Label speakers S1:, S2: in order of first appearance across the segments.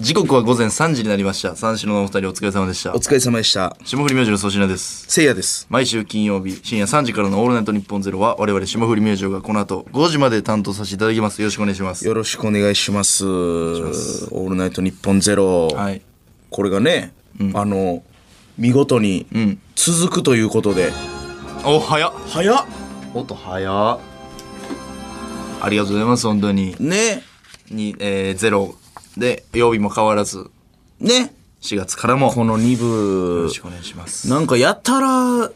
S1: 時刻は午前3時になりました三四郎のお二人お疲れ様でした
S2: お疲れ様でした。
S1: 霜降り明星の粗品です
S2: せいやです。
S1: 毎週金曜日深夜3時からの「オールナイトニッポンゼロは我々霜降り明星がこの後5時まで担当させていただきますよろしくお願いします
S2: よろしくお願いします。オールナイト日本ゼロ。
S1: はい
S2: これがね、あの、見事に
S1: ん
S2: 続くということで。
S1: お早っ
S2: 早っ
S1: 音早っありがとうございます本当に
S2: ね、
S1: に、えー、ゼロで曜日も変わらず
S2: ね。
S1: 4月からも
S2: こ
S1: よ
S2: の2部
S1: ろし、くお願いします
S2: なんかやたら、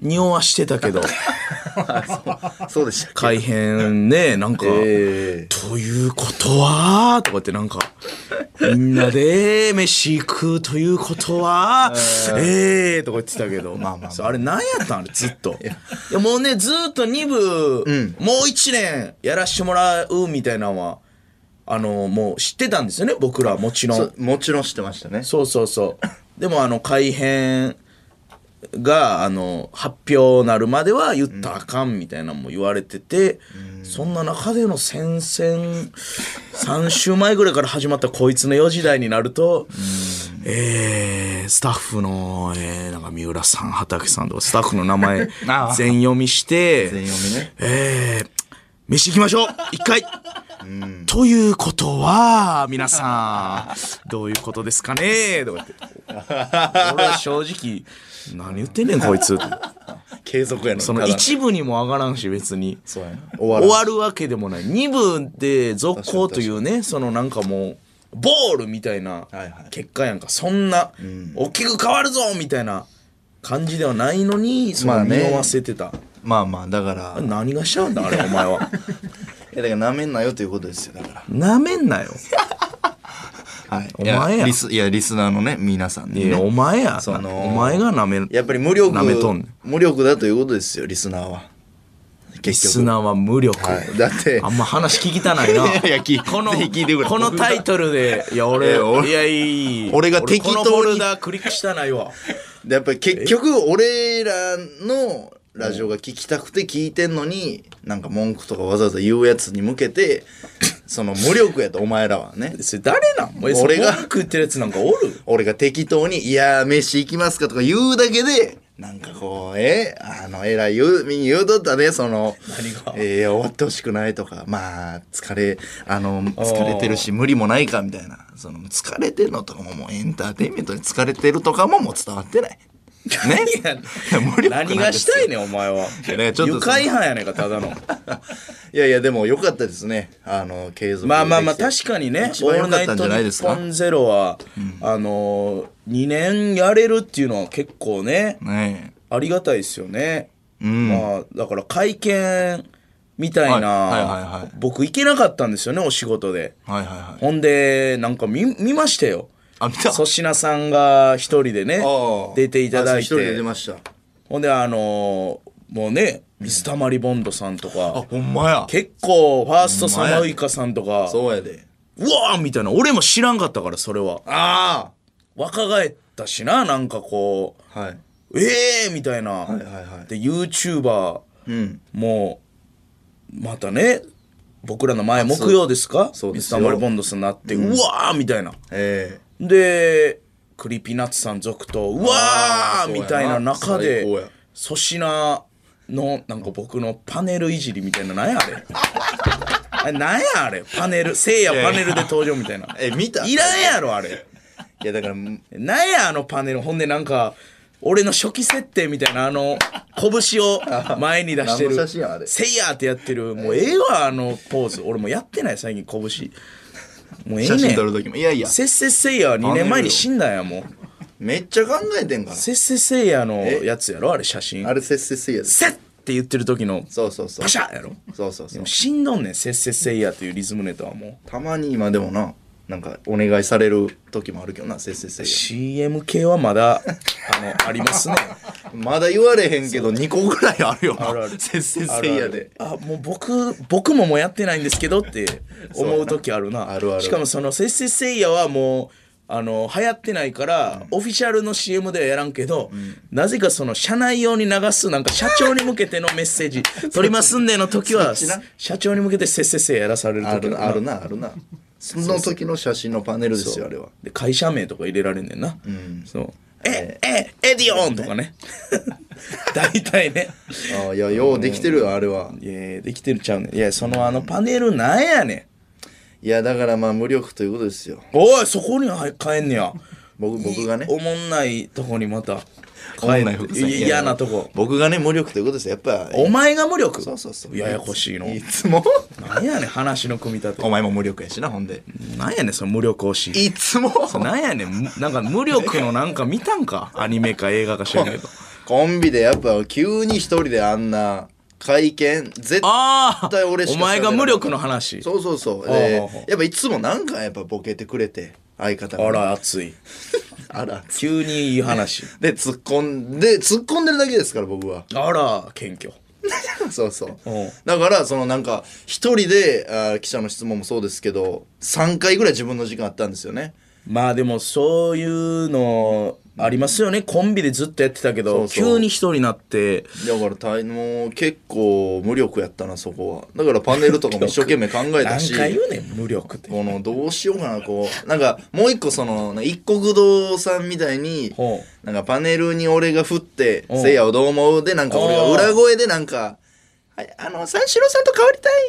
S2: 匂わしてたけど、
S1: そうでした
S2: 改編ね、なんか、
S1: ええ
S2: ということは、とかってなんか、みんなで飯食うということは、ええー、とか言ってたけど、まあまあ、あれ何やったんあれずっと。いやもうね、ずっと2部、もう1年やらしてもらうみたいなのは、あの、もう知ってたんですよね、僕らはもちろん。
S1: もちろん知ってましたね
S2: そうそうそう。でもあの、改編が、あの、発表なるまでは言ったらあかんみたいなのも言われてて、そんな中での戦々、3週前ぐらいから始まったこいつの4時台になると、えー、スタッフの、えー、なんか三浦さん、畑さんとか、スタッフの名前
S1: ああ
S2: 全読みして、
S1: 全読みね
S2: えー、飯行きましょう一回ということは、皆さん、どういうことですかねとか言って。俺は正直、何言ってんねん、こいつ。
S1: 継続やの
S2: その一部にも上がらんし、別に。
S1: そうやな
S2: 終わるわけでもない。二部で続行というね、そのなんかもう、ボールみたいない
S1: はい
S2: 結果やんか。そんな、大きく変わるぞみたいな感じではないのに、そ
S1: ま
S2: の
S1: あね
S2: 匂わせてた。
S1: まあまあだからい
S2: 何がしちゃうんだ、あれ、お前は。
S1: やだからなめんなよということですよだから
S2: なめんなよ。
S1: はい、
S2: お前や
S1: いリスいやリスナーのね皆さんに
S2: い
S1: ね
S2: や、お前や。
S1: その
S2: お前がなめる。
S1: やっぱり無力
S2: 舐めとんねん
S1: 無力だということですよリスナーは
S2: リ
S1: 結
S2: ス
S1: 局
S2: ナーは無力。
S1: はいだって
S2: あんま話聞きた ないな。
S1: いやいや聞い
S2: この
S1: ぜひ聞いてくれ
S2: このタイトルで、いや、俺、
S1: いや俺
S2: いや、いい。
S1: 俺が適当に
S2: このフォルダークリックしたないわ。
S1: でやっぱり結局俺らのラジオが聞きたくて聞いてんのになんか文句とかわざわざ言うやつに向けてその無力やとお前らはね
S2: それ誰なん
S1: 俺
S2: 俺
S1: が
S2: が。文句言ってるやつなんかおる
S1: 俺が適当に「いやー飯行きますか」とか言うだけでなんかこうえあのえらい言うみんな言うとったねその
S2: 何が
S1: えー終わってほしくないとかまあ疲れあの疲れてるし無理もないかみたいなその疲れてるのとかももうエンターテインメントに疲れてるとかももう伝わってないね
S2: いや
S1: 無力なんです
S2: 何がしたいねん、お前は。
S1: やなんかちょっと
S2: 愉快犯やねんか、ただの。
S1: いやいやでも良かったですねあの継続
S2: まあまあまあ
S1: できて
S2: 確かに ね「
S1: 一
S2: オ
S1: 番
S2: ー
S1: 良
S2: ル
S1: か
S2: ナ
S1: っ
S2: イ
S1: た
S2: ト
S1: んじゃ
S2: ニ
S1: ないです
S2: ッ
S1: か
S2: ポンゼロは、あの2年やれるっていうのは結構ね
S1: ね
S2: ありがたいですよね、
S1: ん
S2: まあだから会見みたいな、
S1: はいはいはいはい
S2: 僕行けなかったんですよねお仕事で
S1: えはいはいはい
S2: ほんでなんか見見ましたよ
S1: あ見た
S2: 粗品さんが一人でね
S1: ああ
S2: 出ていた
S1: あ
S2: だい
S1: そう一人で出
S2: て
S1: ました
S2: ほんであのもうね水溜りボンドさんとか
S1: ほんまや
S2: 結構ファーストサマウイカさんとか
S1: そうやで
S2: うわーみたいな俺も知らんかったからそれは
S1: あ
S2: 若返ったしななんかこ
S1: あはいう
S2: ええー、みたいな、
S1: いはいはい
S2: で YouTuber
S1: うん
S2: もまたね僕らの前木曜ですか
S1: そうで
S2: ミス
S1: す
S2: タ
S1: よ
S2: ーマルボンドさんになって、うわーみたいな
S1: え
S2: でクリーピーナッツさん続投うわ
S1: あーそ
S2: ー
S1: うやな
S2: みたいな中で
S1: 最高や
S2: 粗品のなんか僕のパネルいじりみたいな何やあ れあれ何やあれパネルせいやパネルで登場みたいな
S1: え見た
S2: いらんやろあれ
S1: いやだからん
S2: なんやあのパネルほんでなんか俺の初期設定みたいなあの拳を前に出して
S1: 何の写真やあれ
S2: る「せいや!」ってやってるもうええわあのポーズ俺もうやってない最近拳もうええ
S1: 写
S2: ね
S1: 真撮る
S2: ん
S1: 時もいやいや
S2: せっせっせいやは2年前に死んだんやもう
S1: めっちゃ考えてんから
S2: せっせっせいやのやつやろあれ写真
S1: あれせっせっせいやで
S2: せっって言ってる時の
S1: そうそうそう
S2: パシャやろ
S1: そうそうそう
S2: 死んどんねんせっせっせいやというリズムネタはも
S1: たまに今でもななんかお願いされる時もあるけどなせっせっせいう
S2: CM 系はまだあのありますね
S1: やまだ言われへんけど2個ぐらいあるよな
S2: あるある
S1: せっせっせいやで
S2: あもう僕僕ももうやってないんですけど って思う時あるな
S1: あるある
S2: しかもその「せっせっせいや」はもうあの流行ってないから、オフィシャルの CM ではやらんけど、なぜかその社内用に流すなんか社長に向けてのメッセー ジ「取りますんで」の時は
S1: そっちな
S2: 社長に向けて「せっせっせいや」やらされる
S1: あ
S2: 時
S1: るなあるなあるなその時の写真のパネルですよあれは
S2: で会社名とか入れられんねんな、そうええエディオンとかね 大体ね
S1: ああいやようできてるよあれはい
S2: やできてるちゃうねんいやそのあのパネルなんやねん
S1: いやだからまあ無力ということですよ
S2: おいそこには変えんねや
S1: 僕僕がね
S2: おもんないとこにまた
S1: おもんない伏線
S2: いや嫌なとこ
S1: 僕がね無力ということですよやっぱ
S2: お前が無力
S1: そうそうそう
S2: ややこしいの
S1: いつも
S2: なんやねん話の組み立て
S1: お前も無力やしなほんで
S2: なんやねんその無力推し
S1: いつも
S2: なんやねんむなんか無力のなんか見たんかアニメか映画か知らんけど
S1: コンビでやっぱ急に一人であんな会見絶
S2: あ
S1: 対俺し
S2: あ
S1: か
S2: お
S1: 喋れな
S2: 前
S1: い
S2: が無力の話
S1: そうそうそう
S2: あ
S1: で
S2: ああ
S1: やっぱいつもなんかやっぱボケてくれて相方
S2: あ
S1: が
S2: ら熱い
S1: あら
S2: 急にいい話
S1: で突っ込んで突っ込んでるだけですから僕 は
S2: あら謙虚
S1: そうそう
S2: うん
S1: だからそのなんか一人であー記者の質問もそうですけど3回ぐらい自分の時間あったんですよね
S2: まあでもそういうのありますよねコンビでずっとやってたけど
S1: そうそう
S2: 急に一人になって
S1: だから大もう結構無力やったなそこはだからパネルとかも一生懸命考えた
S2: 何
S1: し
S2: 回言うねん無力って
S1: このどうしようかなこうなんかもう一個その一国堂さんみたいに
S2: ほ
S1: なんかパネルに俺が振って「
S2: うん
S1: せいやをどう思う?」でなんか俺が
S2: あー
S1: 裏声でなんか「はいあの三四郎さんと変わりた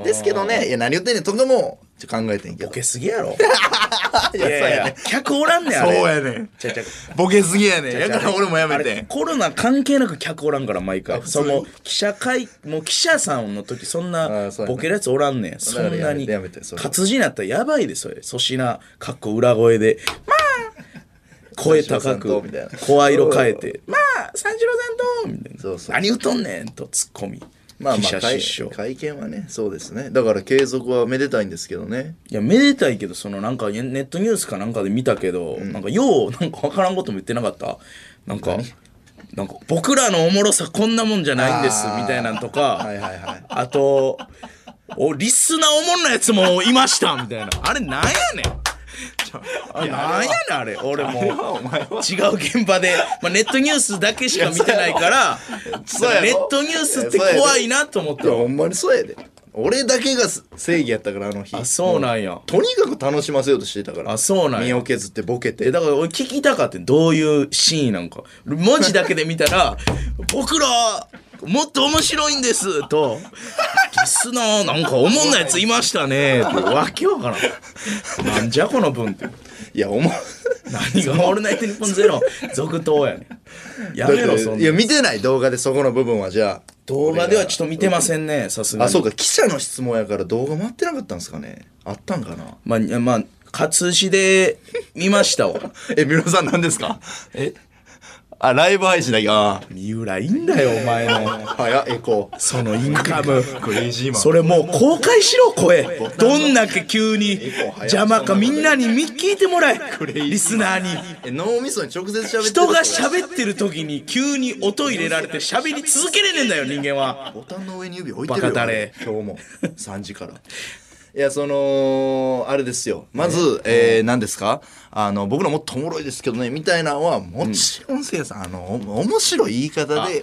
S1: いですけど
S2: あ
S1: ねいや何言ってんねん」とかもちょっと考えてんけ
S2: ボ
S1: ど
S2: ケすぎやろ
S1: あいやそうやね
S2: 客おらんねんあれ
S1: そうやねん
S2: ちゃうちゃう
S1: ボケすぎやねんやから俺もやめ
S2: あれ
S1: て
S2: コロナ関係なく客おらんから毎回その記者会もう記者さんの時そんな
S1: ーそうやね
S2: ボケるやつおらんねんそん
S1: だから
S2: な
S1: やめ
S2: に
S1: てやめてそれ
S2: 活字になったらやばいでそれ粗品かっこ裏声で「まあ!」声
S1: 三四郎
S2: 高
S1: さ
S2: く
S1: んとみたいな
S2: 声色変えて「まあ三四郎さんと!」みたいな
S1: そうそう
S2: 何言うとんねん!」とツッコミ
S1: まあ
S2: 記
S1: ま
S2: 者
S1: あ
S2: 失
S1: 会
S2: 笑
S1: 会見はねそうですねだから継続はめでたいんですけどね
S2: いやめでたいけどそのなんかネネットニュースかなんかで見たけど、なんかようなんか分からんことも言ってなかったなんかなんか僕らのおもろさこんなもんじゃないんです
S1: あー
S2: みたいなんとか、
S1: はいはいはい
S2: あとおリスナーおもんなやつもいましたみたいなあ れなんやねんあれなんやねんあれ俺も
S1: お前は
S2: 違う現場で、まあ、ネットニュースだけしか見てないから
S1: そうやろ
S2: ネットニュースって怖いなと思っ
S1: いや
S2: た
S1: ほんまにそうやで俺だけが正義やったからあの日
S2: あそうなんや
S1: とにかく楽しませようとしてたから
S2: あそうなんや
S1: 身を削ってボケて
S2: えだから俺聞きたかってんどういうシーンなんか文字だけで見た ら「僕らもっと面白いんです」と「リスナーなんかおもんなやついましたね」ってわけわからんなんじゃこの文って
S1: いやおも
S2: 何が「オールナイトニッポンゼロ続投やねんやめろそん
S1: い
S2: な
S1: や見てない動画でそこの部分はじゃあ
S2: 動画ではちょっと見てませんねさすがに
S1: あそうか記者の質問やから動画待ってなかったんですかねあったんかな
S2: まあいやまあ活字で見ましたわ
S1: え三浦さん何ですかえあライブ配信だけあ
S2: 三浦いいんだよお前の
S1: あ早っエコー
S2: そのインカム
S1: クレイジーマン
S2: それもう公開しろ声どんだけ急に邪魔かみんなにみ聞いてもらえリスナーに
S1: え脳みそに直接喋って
S2: 人が喋ってる時に急に音入れられて喋り続けれねえんだよ人間は
S1: ボタンの上に指置いてる
S2: バ
S1: よ
S2: カだれ
S1: 今日も3時からいやそのあれですよまず、えー、何ですかあの僕らもっとおもろいですけどねみたいなのはもちろんせいやさん、あのお面白い言い方で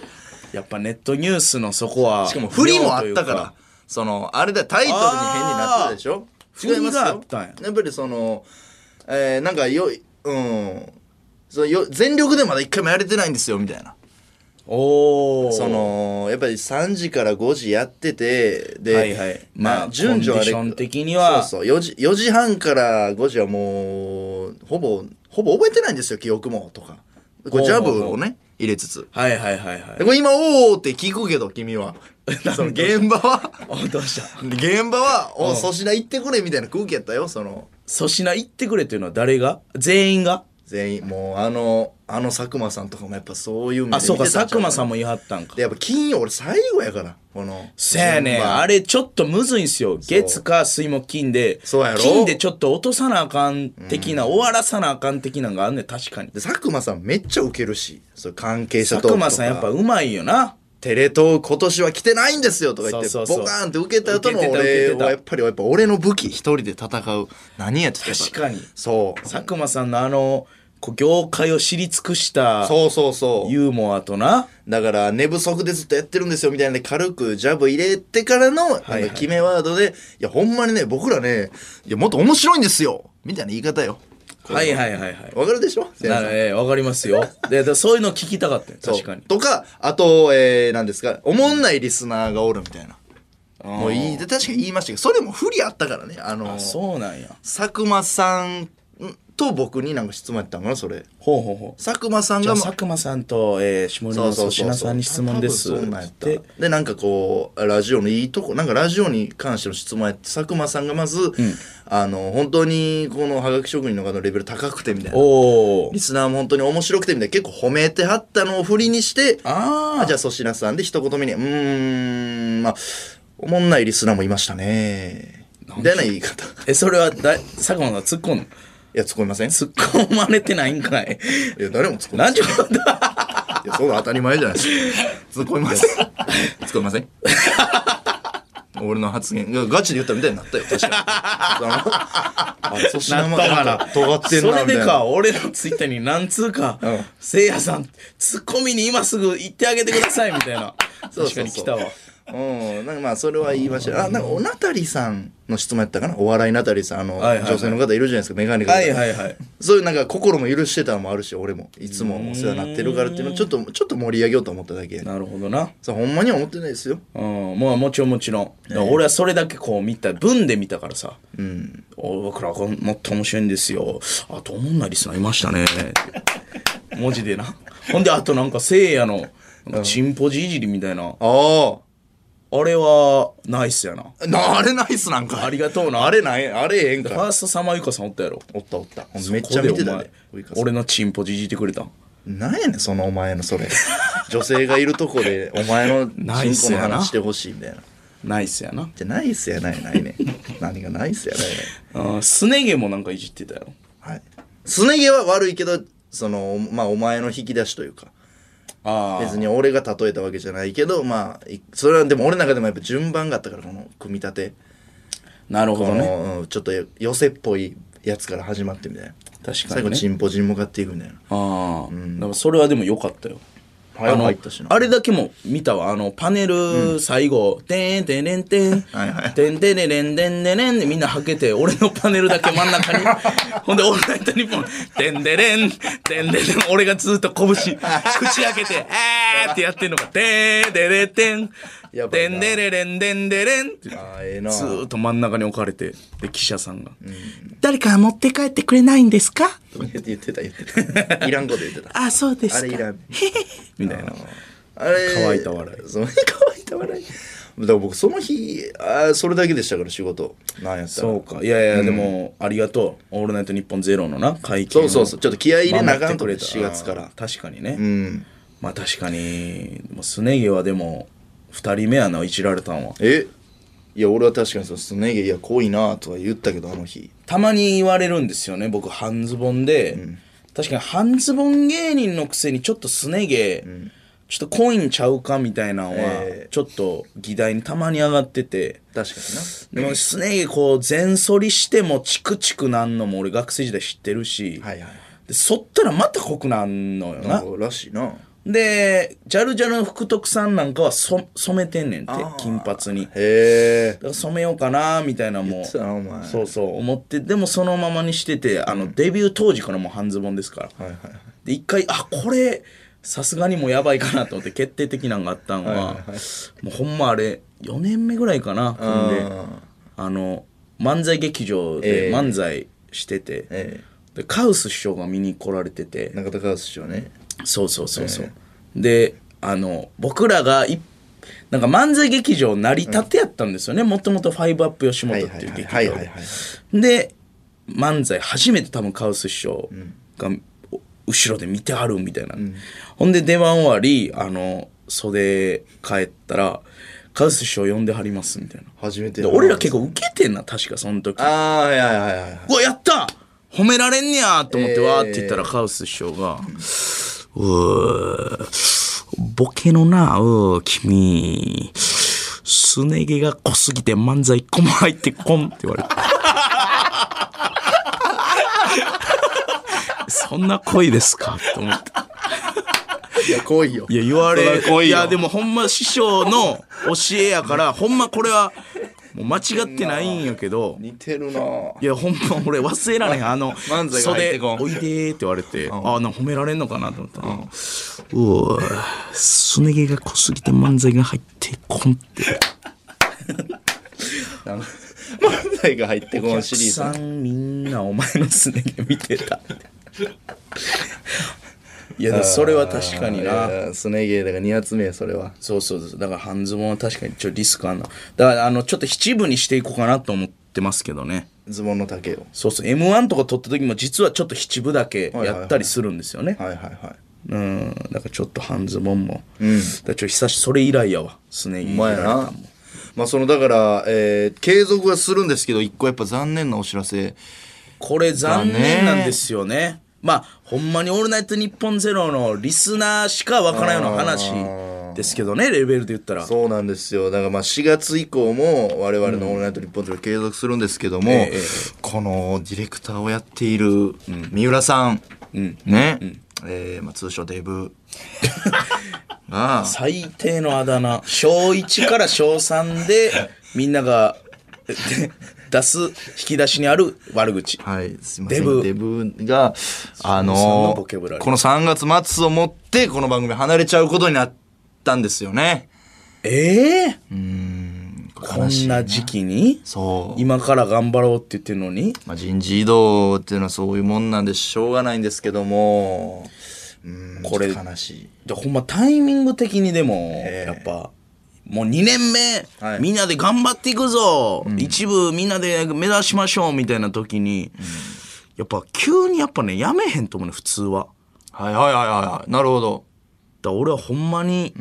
S2: やっぱネットニュースのそこは
S1: しかも振りもあったからそのあれだタイトルに変になってたでしょ
S2: あー
S1: 違います
S2: 振りがあ
S1: よ
S2: ったんや
S1: やっぱりそのえー、なんかよいうんそのよ全力でまだ一回もやれてないんですよみたいな
S2: おお
S1: そのやっぱり3時から5時やっててで、
S2: はいはいま
S1: ま
S2: あ
S1: あ順序あれ
S2: コンディション的には
S1: そうそう 4, 時4時半から5時はもうほぼほぼ覚えてないんですよ記憶もとかこ
S2: ほうほうほう
S1: れジャブをね入れつつ
S2: はいはいはいはい
S1: でこれ今「おお」って聞くけど君 はその現場は
S2: あどうした
S1: 現場は「お粗品行ってくれ」みたいな空気やったよその
S2: 粗品言ってくれというのは誰が全員が
S1: 全員もうあのあの佐久間さんとかもやっぱそういう目で
S2: あそうか
S1: 見てた
S2: 佐
S1: んちゃ
S2: 久間さん
S1: も
S2: も言い張ったんか
S1: でやっぱ金曜俺最後やからこの
S2: せやね
S1: 順番
S2: あれちょっとむずいんすよ月か水木金で
S1: そうやろ
S2: 金でちょっと落とさなあかん的な、終わらさなあかん的なんがあんねん確かに
S1: で佐久間さんめっちゃウケるしそう関係者
S2: 佐
S1: トーク
S2: 久
S1: とか
S2: 間さんやっぱうまいよな
S1: テレ東今年は来てないんですよとか言って
S2: そうそうそう
S1: ボカーンって受けた後の俺はやっぱりやっぱ俺の武器一人で戦う何やってた
S2: 確かに
S1: そう
S2: 佐久間さんのあのこう業界を知り尽くした
S1: そうそうそう
S2: ユーモアとな
S1: だから寝不足でずっとやってるんですよみたいなんで軽くジャブ入れてからのなん
S2: いはい
S1: か決めワードで、いやほんまにね僕らねいやもっと面白いんですよみたいな言い方よ
S2: はいはいはいはい
S1: わかるでしょ先生
S2: なええわかります よででそういうの聞きたかったよ
S1: そう
S2: 確かに
S1: とかあとえー、何ですかおもんないリスナーがおるみたいなもういいで確かに言いましたけどそれも不利あったからねあの
S2: あそうなんや
S1: 佐久間さんと僕になんか質問やったのかなそれ
S2: ほうほうほう
S1: 佐久間さん
S2: じ
S1: が
S2: ゃあ
S1: ま
S2: 佐久間さんと、えー、下
S1: そ
S2: 村
S1: うそ
S2: 粗
S1: うそう
S2: 品さんに質問です
S1: 多分そんなんやった
S2: で
S1: でなんかこうラジオのいいとこなんかラジオに関しての質問やって佐久間さんがまず、あの本当にこのはがき職人の方のレベル高くてみたいな
S2: おお
S1: リスナーも本当に面白くてみたいな結構褒めてはったのを振りにして
S2: あ
S1: あ
S2: あ
S1: じゃあ粗品さんで一言目に「うーんまあおもんないリスナーもいましたね」みたいな言い方い
S2: えそれはだ佐久間が突っ込んの
S1: や突っ込みませんい
S2: 突っ込まれてないんか い
S1: や誰も突っ込みま
S2: なん
S1: せん
S2: ちゅうこ と
S1: いやそう当たり前じゃないですか突っ込みません突 っ込みません俺の発言いやガチで言ったみたいになったよ確かにあのあ粗品
S2: な
S1: も
S2: ったか
S1: なん
S2: な
S1: か尖ってん
S2: そ
S1: な
S2: れ
S1: みたい
S2: で
S1: な
S2: か俺のツイッターに何通か
S1: うん
S2: 「せいやさんツッコミに今すぐ行ってあげてください」みたいな
S1: そう
S2: 確
S1: そ
S2: か
S1: う
S2: に
S1: そ
S2: 来
S1: う
S2: たわ
S1: うんなんかまあそれは言いましたあなんかおなたりさんの質問やったかなお笑いなたりさんあの、
S2: はいはいはい
S1: 女性の方いるじゃないですかメガネかけ
S2: は
S1: た
S2: いはいはい
S1: そういうなんか心も許してたのもあるし俺もいつもお世話になってるからっていうのをちょっとちょっと盛り上げようと思っただけ
S2: なるほどな
S1: そうほんまには思ってないですよ
S2: うんまあもちろんもちろん、だから俺はそれだけこう見た文で見たからさ「うん、お僕らこれもっと面白いんですよあと思んないリスナーい ましたね」文字でなほんであとなんかせいやのなんかチンポジいじりみたいな、
S1: あ
S2: あれはナイスやな
S1: あなあれナイスなんか
S2: ありがとうな
S1: あれないあれええん
S2: フ
S1: か
S2: ァーストサマーユカさんおったやろ
S1: おったおったほんめっちゃ見てた
S2: ここ
S1: ね
S2: でお前俺のチンポじじってくれたん
S1: なんやねんそのお前のそれ 女性がいるとこでお前の
S2: ナイ
S1: 人
S2: ス
S1: 口の
S2: やな
S1: 話してほしいみたいな
S2: ナイスやな
S1: じゃないっすやないないね 何がないっすやないね
S2: あスネ毛もなんかいじってたやろ
S1: はいすね毛は悪いけどそのまあお前の引き出しというか
S2: あ
S1: 別に俺が例えたわけじゃないけどまあいそれはでも俺の中でもやっぱ順番があったからこの組み立て
S2: あなるほ
S1: こ
S2: どね
S1: の、うんちょっと寄せっぽいやつから始まってみたいな
S2: 確か
S1: 最
S2: に
S1: 後
S2: ね
S1: チンポジに向かっていくみたいな
S2: ああ、だからそれはでも良かったよ
S1: 早
S2: あの
S1: 入ったしな
S2: あれだけも見たわあのパネル最後「てんてんれんてん」
S1: はいはい
S2: てんてんれんれんでんでれん」でみんなはけて俺のパネルだけ真ん中 にほんで「オールナイトニッポン」「てんでれんてんでれん」俺がずっと拳口開けて「あー」ってやってんのが「てんでれてん」
S1: や
S2: 「
S1: ばい
S2: て
S1: なん
S2: でれれんでんでれん」って
S1: あーええな
S2: ずーっと真ん中に置かれてで記者さんが「誰か持って帰ってくれないんですか?」
S1: 言ってた言ってた いらんこと言ってた
S2: あそうです
S1: あれいらん
S2: みたいな
S1: あれ
S2: 乾いた笑
S1: いその乾いた笑いだから僕その日あーそれだけでしたから仕事なんやったら
S2: そうかいやいや、でもありがとう「オールナイトニッポンゼロのな会見
S1: そうそうそうちょっと気合い入れなあかんと
S2: れ
S1: 思って4月から
S2: 確かにね、
S1: うん
S2: まあ確かにもうスネ毛はでも2人目やないじられたんは
S1: えいや俺は確かにそのすね毛いや濃いなとは言ったけどあの日
S2: たまに言われるんですよね僕半ズボンで、確かに半ズボン芸人のくせにちょっとスネ毛、ちょっとコインちゃうかみたいなのは、
S1: え
S2: ちょっと議題にたまに上がってて
S1: 確か
S2: でもスネ毛こう全剃りしてもチクチクなんのも俺学生時代知ってるし、
S1: はいはい
S2: で剃ったらまた濃くなんのよ
S1: な
S2: なん
S1: からしいな
S2: でジャルジャルの福徳さんなんかはそ染めてんねんて
S1: ー
S2: 金髪にだか
S1: へえ
S2: ら染めようかなみたいなもう
S1: ってたなお前
S2: そうそう思ってでもそのままにしててあのデビュー当時からもう半ズボンですから、
S1: はいはい
S2: で一回あこれさすがにもうやばいかなと思って決定的なんがあったんはもうほんまあれ4年目ぐらいかな組ん
S1: う
S2: で
S1: ん
S2: あの漫才劇場
S1: え
S2: で
S1: え
S2: 漫才してて、
S1: え
S2: でカウス師匠が見に来られてて
S1: え中田カウス師匠ね
S2: そうそうそうそう、であの僕らがいなんか漫才劇場成り立てやったんですよねもともと「ファイブアップ吉本」
S1: はい
S2: っ
S1: は
S2: て
S1: い
S2: いう
S1: はい
S2: 劇
S1: はい
S2: 場
S1: はいはい
S2: で漫才初めて多分カウス師匠がお後ろで見てあるみたいな、ほんで出番終わりあの袖帰ったら「カウス師匠呼んではります」みたいな
S1: 初めて
S2: で俺ら結構ウケてんな確かその時
S1: ああはいはいはいはいう
S2: わ、やった褒められんねやと思って、
S1: えー
S2: わーって言ったら、カウス師匠が、うー、ボケのな、うー、君、すね毛が濃すぎて漫才一個も入ってこんって言われた。 そんな恋ですかと思って。
S1: いや、濃いよ。
S2: いや、言われ、
S1: そら濃い
S2: い
S1: よ
S2: や、でもほんま師匠の教えやから、ほんまこれは、もう間違ってないんやけど、
S1: 似てるなぁ
S2: いや、ほんま俺忘れられへん。あの、
S1: 漫才が入ってこん
S2: 袖おいでーって言われて、あ、なんか褒められんのかなと思ったら、うおーすね毛が濃すぎて漫才が入ってこんって。
S1: なんか 漫才が入ってこのシリー
S2: さ
S1: ズ。
S2: んみんなお前のすね毛見てた。 いや、でもそれは確かにな。
S1: いや。スネゲーだから2発目やそれは。
S2: そうそうそう。だから半ズボンは確かにちょっとリスクあんな。だからあの、ちょっと七分にしていこうかなと思ってますけどね。
S1: ズボンの丈を。
S2: そうそう。M1 とか撮った時も実はちょっと七分だ
S1: は
S2: け
S1: いはいはい
S2: やったりするんですよね。
S1: はいはいはい。
S2: うん。だからちょっと半ズボンも。うん。だからちょっと久し、それ以来やわ。スネギ
S1: お前やな。まあそのだから、えー継続はするんですけど、一個やっぱ残念なお知らせ。
S2: これ残念なんですよね。まあ、ほんまに「オールナイトニッポンゼロのリスナーしかわからんような話ですけどね、レベルで言ったら。
S1: そうなんですよ。だからまあ4月以降も我々のオールナイト日本ゼロ継続するんですけども、
S2: ええ
S1: このディレクターをやっている三浦さん、ね、えーまあ通称デブ が、
S2: 最低のあだ名小1から小3で みんなが え出す引き出しにある悪口
S1: はい、すいません。
S2: デブ
S1: デブが、あ
S2: さん
S1: の
S2: のボキャブラリー
S1: この3月末をもって、この番組離れちゃうことになったんですよね。
S2: ええこ
S1: 悲しい
S2: んな時期に
S1: そう。
S2: 今から頑張ろうって言ってるのに
S1: まあ、人事異動っていうのはそういうもんなんでしょうがないんですけども、うん、
S2: これ
S1: ちょっと悲しい。
S2: でほんまタイミング的にでも
S1: ええ
S2: やっぱもう2年目、
S1: はい
S2: みんなで頑張っていくぞ、一部みんなで目指しましょうみたいな時に、やっぱ急にやっぱねやめへんと思うね普通は。
S1: はいはいはいはい。なるほど。
S2: だから俺はほんまに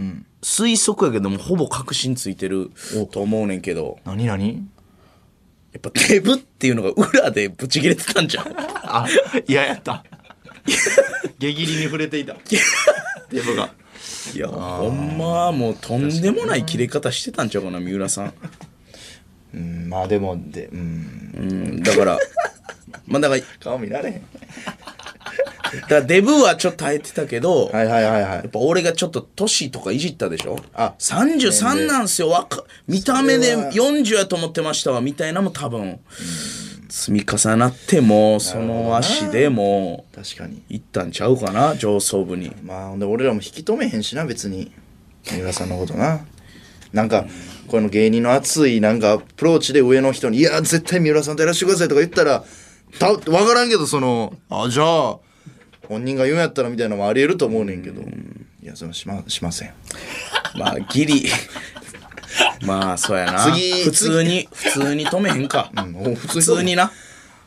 S2: 推測やけどもほぼ確信ついてると思うねんけど
S1: 何何
S2: やっぱデブっていうのが裏でブチ切れてたん じゃん
S1: あ、嫌ややった。下切りに触れていた。デブが。
S2: いやほんまもうとんでもない切れ方してたんちゃうかな三浦さん、
S1: うん、まあでも、で、うん。
S2: うん、だからまあだからだ
S1: 顔見られへん。
S2: からデブはちょっと耐えてたけど、
S1: はいはいはいはい
S2: やっ。ぱ俺がちょっと年とかいじったでしょ
S1: あ
S2: 33なんすよ若見た目で
S1: それは
S2: 40やと思ってましたわみたいなのも多分積み重なってもその足でも
S1: 確かに。
S2: 行ったんちゃうかな上層部に
S1: まあほんで俺らも引き止めへんしな別に三浦さんのことななんかこの芸人の熱いなんかアプローチで上の人に「いや絶対三浦さんとやらせてください」とか言ったらた分からんけどその「あじゃあ本人が言うんやったら」みたいなのもありえると思うねんけどいやそれはしましません
S2: まあ ギリまあそうやな
S1: 次
S2: 普通に普通に止めへんか、
S1: もう普
S2: 普通にな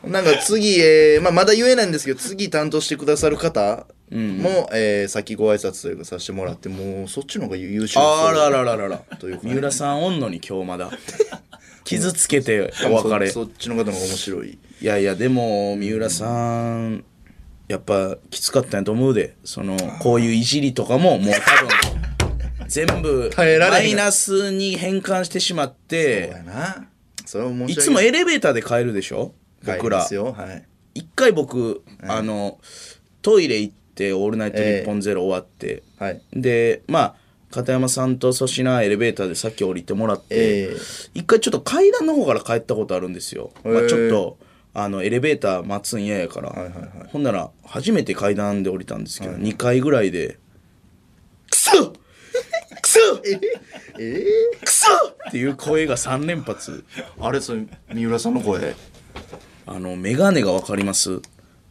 S1: なんか次、えーまあ、まだ言えないんですけど次担当してくださる方も、えー先ご挨拶というかさせてもらってもうそっちの方が優秀そう
S2: あららららら
S1: というかね
S2: 三浦さんおんのに今日まだ傷つけてお 別れ
S1: そそっちの方の方が面白い
S2: いやいやでも三浦さんやっぱきつかったんやと思うでそのこういういじりとかももう 多分全部
S1: 耐えられへ
S2: マ
S1: ん
S2: イナスに変換してしまっ
S1: そうや
S2: て
S1: な。それも面
S2: い
S1: 白い。
S2: つもエレベーターで帰るでしょ僕ら
S1: ですよ。はい。
S2: 一回僕、あのトイレ行って「オールナイトニッポンゼロ終わって、
S1: はい。
S2: でまあ片山さんと粗品エレベーターでさっき降りてもらって、
S1: ええ
S2: 一回ちょっと階段の方から帰ったことあるんですよ、まあ、
S1: へえ
S2: ちょっとあのエレベーター待つん嫌やから、
S1: いはいはい
S2: ほんなら初めて階段で降りたんですけど、2階ぐらいで「クソクソ
S1: え
S2: クソ!」っていう声が3連発
S1: あれ、それ、三浦さんの声。
S2: あの眼鏡が分かります、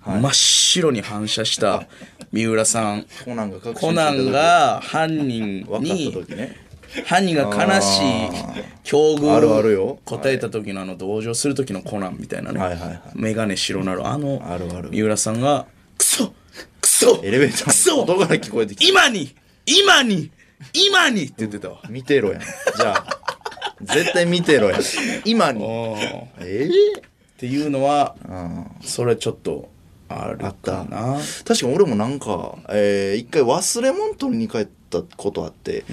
S2: 真っ白に反射した三浦さん
S1: コナンが確信してた
S2: コナンが犯人
S1: 分かった
S2: に
S1: 時ね。
S2: 犯人が悲しい境遇
S1: あるあるよ
S2: 答えた時のあの同情する時のコナンみたいなね、
S1: はいはいはい
S2: 眼鏡白なるあの
S1: あるある
S2: 三浦さんが「クソクソ
S1: エレベーター
S2: クソ
S1: 音から聞こえてき
S2: 今に今に今に!」って言ってたわ
S1: た。見てろやん。じゃあ、絶対見てろやん。今に。
S2: っ
S1: ええ
S2: ていうのは
S1: うん
S2: それちょっとあるかな
S1: 確かに俺もなんか、えー一回忘れ物取りに帰ったことあって、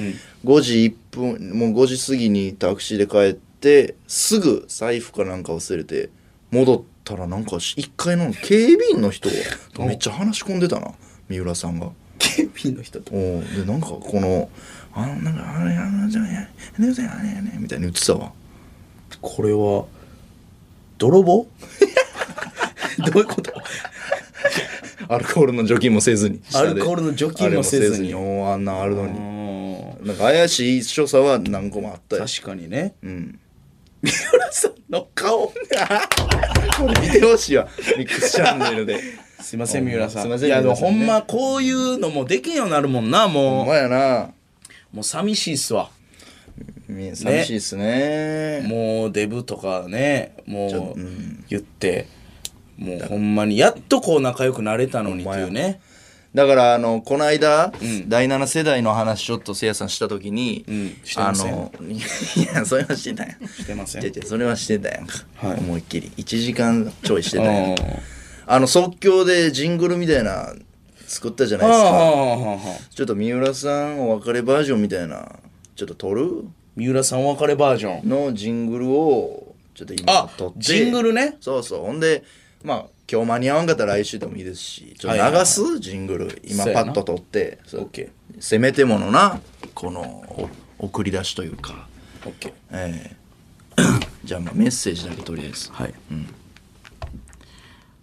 S1: 5時1分もう5時過ぎにタクシーで帰ってすぐ財布かなんか忘れて戻っったらなんか一回の警備員の人とめっちゃ話し込んでたな三浦さんが。
S2: 警備員の人と
S1: おうでなんかこの「あのなんかあれあのじゃあねあれじゃあねあれね」みたいに言ってたわ
S2: これは泥棒どういうこと
S1: アルコールの除菌もせずに
S2: アルコールの除菌もせずに
S1: あれもおうあんなあるの
S2: う
S1: に
S2: ん
S1: なんか怪しい所作は何個もあったよ
S2: 確かにね
S1: うん
S2: 三浦さんの顔
S1: これ見てほしいわミックスチャンネル です
S2: いません三浦さん
S1: すいません
S2: いやでも
S1: 三浦
S2: ほ
S1: さんね
S2: んまこういうのもできんようになるもんな
S1: ほ
S2: も
S1: んまやな
S2: うもう寂しいっすわ
S1: み寂しいっすね
S2: もうデブとかねもう
S1: うん
S2: 言ってもうほんまにやっとこう仲良くなれたのにというね
S1: だからあのこの間、
S2: ん
S1: 第7世代の話ちょっとせいやさんした時に、
S2: うんして
S1: あ
S2: ません
S1: の いやそれはしてたやん
S2: してません
S1: 違う違うそれはしてたやんか、
S2: はい
S1: 思いっきり1時間ちょいして
S2: あ
S1: たやん
S2: ー
S1: あの即興でジングルみたいな作ったじゃ
S2: あ
S1: ない
S2: ー
S1: ですか
S2: あーあー
S1: ちょっと三浦さんお別れバージョンみたいなちょっと撮る
S2: 三浦さんお別れバージョン
S1: のジングルをちょっと今
S2: あ
S1: 撮って
S2: ジングルね
S1: そうそうほんでまあ今日間に合わんかったら来週でもいいですしちょっ
S2: はいはい
S1: と流
S2: はい
S1: す、ジングル今
S2: そう
S1: パ
S2: やな
S1: ッと撮ってそう
S2: オッケ
S1: せめてものなこのお送り出しというか
S2: ーオッケー
S1: え ーじゃあまあメッセージだけとりあえず
S2: はい。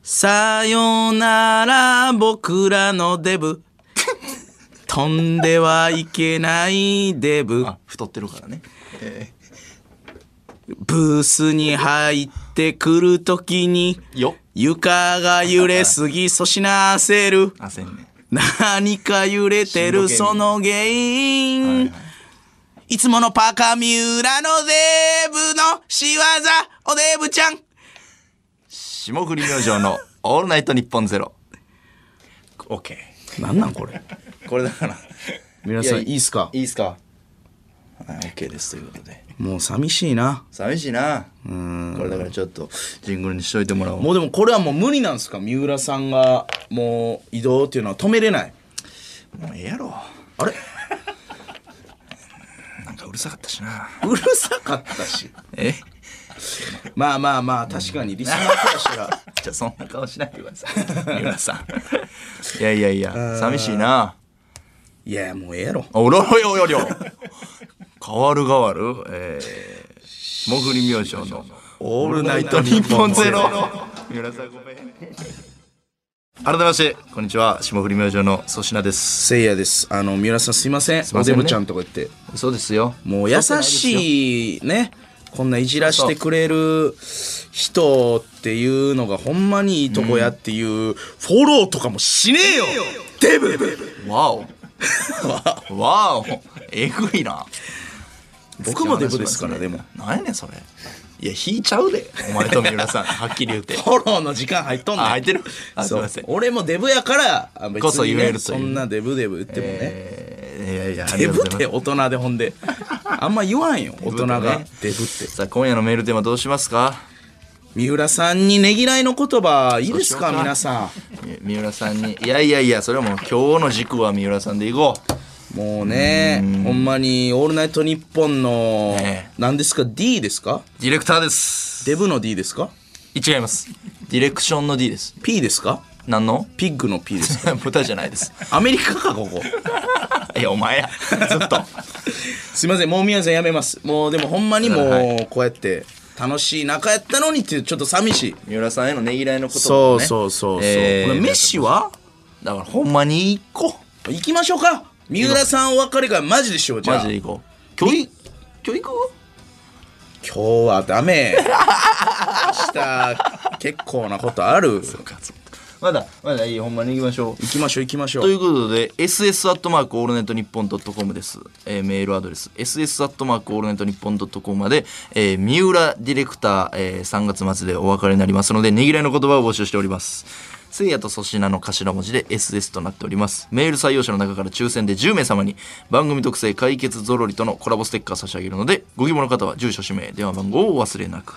S2: さよなら僕らの デブ。飛んではいけないデブ。
S1: あ太ってるからね
S2: ブースに入ってくるときに
S1: よ
S2: 床が揺れすぎ粗品焦る。
S1: 焦んねん
S2: 何か揺れてる
S1: しんどけ
S2: そ
S1: ん
S2: の原因、いつものパカミュラのデブの仕業おデブちゃん
S1: 霜降り明星の「オールナイトニッポンゼロオッケ
S2: なんなんこれ
S1: ーこれだから
S2: 皆
S1: さんい
S2: っすか
S1: いいっすかはいオッケーですということで
S2: もう寂しいな
S1: 寂しいなこれだからちょっとジングルにしといてもらおう
S2: もうでもこれはもう無理なんですか三浦さんがもう移動っていうのは止めれない
S1: もうええやろ
S2: あれ
S1: なんかうるさかったしな
S2: うるさかったし
S1: え
S2: まあまあまあ確かにリスナーからし たら
S1: じゃあそんな顔しないでください 三浦さ んいやいやいや寂しいない
S2: やもうええやろ
S1: おろろよよりょ変わる変わるえー、もぐり明星のオールナイト日本ゼロ三浦さんごめん改めましてこんにちは霜降り明星の粗品です
S2: せいやですあの三浦さんすいません
S1: ま
S2: お
S1: せ
S2: デ
S1: んね
S2: ブちゃんとか言って
S1: そうですよ
S2: もう優しいねこんないじらしてくれる人っていうのがほんまにいいとこやっていうフォローとかもしねえよデブ
S1: わおわおえぐいな
S2: 僕もデブですからでも
S1: なんやねんそれいや引いちゃうでお前と三浦さん はっきり言って
S2: フォローの時間入っとんねん
S1: あ入ってるあすいません
S2: そう俺もデブやからあ別にね
S1: こそ言えるという
S2: そんなデブデブ言ってもね、
S1: えーいやいやあり
S2: デ
S1: がとうございま
S2: ブっ
S1: す
S2: て大人でほんであんま言わんよ大人が
S1: デブってね
S2: デブって
S1: さあ今夜のメールテーマどうしますか
S2: 三浦さんにねぎらいの言葉いいですか
S1: そうしようか
S2: 皆さ
S1: み三浦さんにいやいやいやそれはもう今日の軸は三浦さんでいこ
S2: んもうねほんまに「オールナイトニッポン」の
S1: ね
S2: 何ですか D ですか
S1: うディレクターです
S2: デブの D ですか
S1: 違いますディレクションの D です
S2: P ですか
S1: 何の
S2: ピッグの P ですか
S1: 豚じゃないです
S2: アメリカかここ
S1: いやお前やずっと
S2: すいませんもう宮さんやめますもうでもほんまにも
S1: は
S2: うこうやって楽しい仲やったのにっていうちょっと寂しい
S1: 三浦さんへのねぎらいのこと
S2: そうそうそうそう、
S1: えー
S2: これ飯は
S1: だからほんまに一個
S2: 行きましょうか三浦さんお別れ会マジでしようじゃ
S1: マ
S2: あ
S1: ジで
S2: 今
S1: いこう今日い今日行こ
S2: 日はダメ 明日結構なことある
S1: うかまだまだいいほんまに行きましょう
S2: 行きましょう行きましょ
S1: といううことで SS アットマークオールナイトニッポンドットコムです、えーメールアドレス SS アットマークオールナイトニッポンドットコムまで、えー三浦ディレクター、えー3月末でお別れになりますのでねぎらいの言葉を募集しておりますせいやと粗品の頭文字で SS となっておりますメール採用者の中から抽選で10名様に番組特製解決ぞろりとのコラボステッカー差し上げるのでご希望の方は住所氏名電話番号をお忘れなく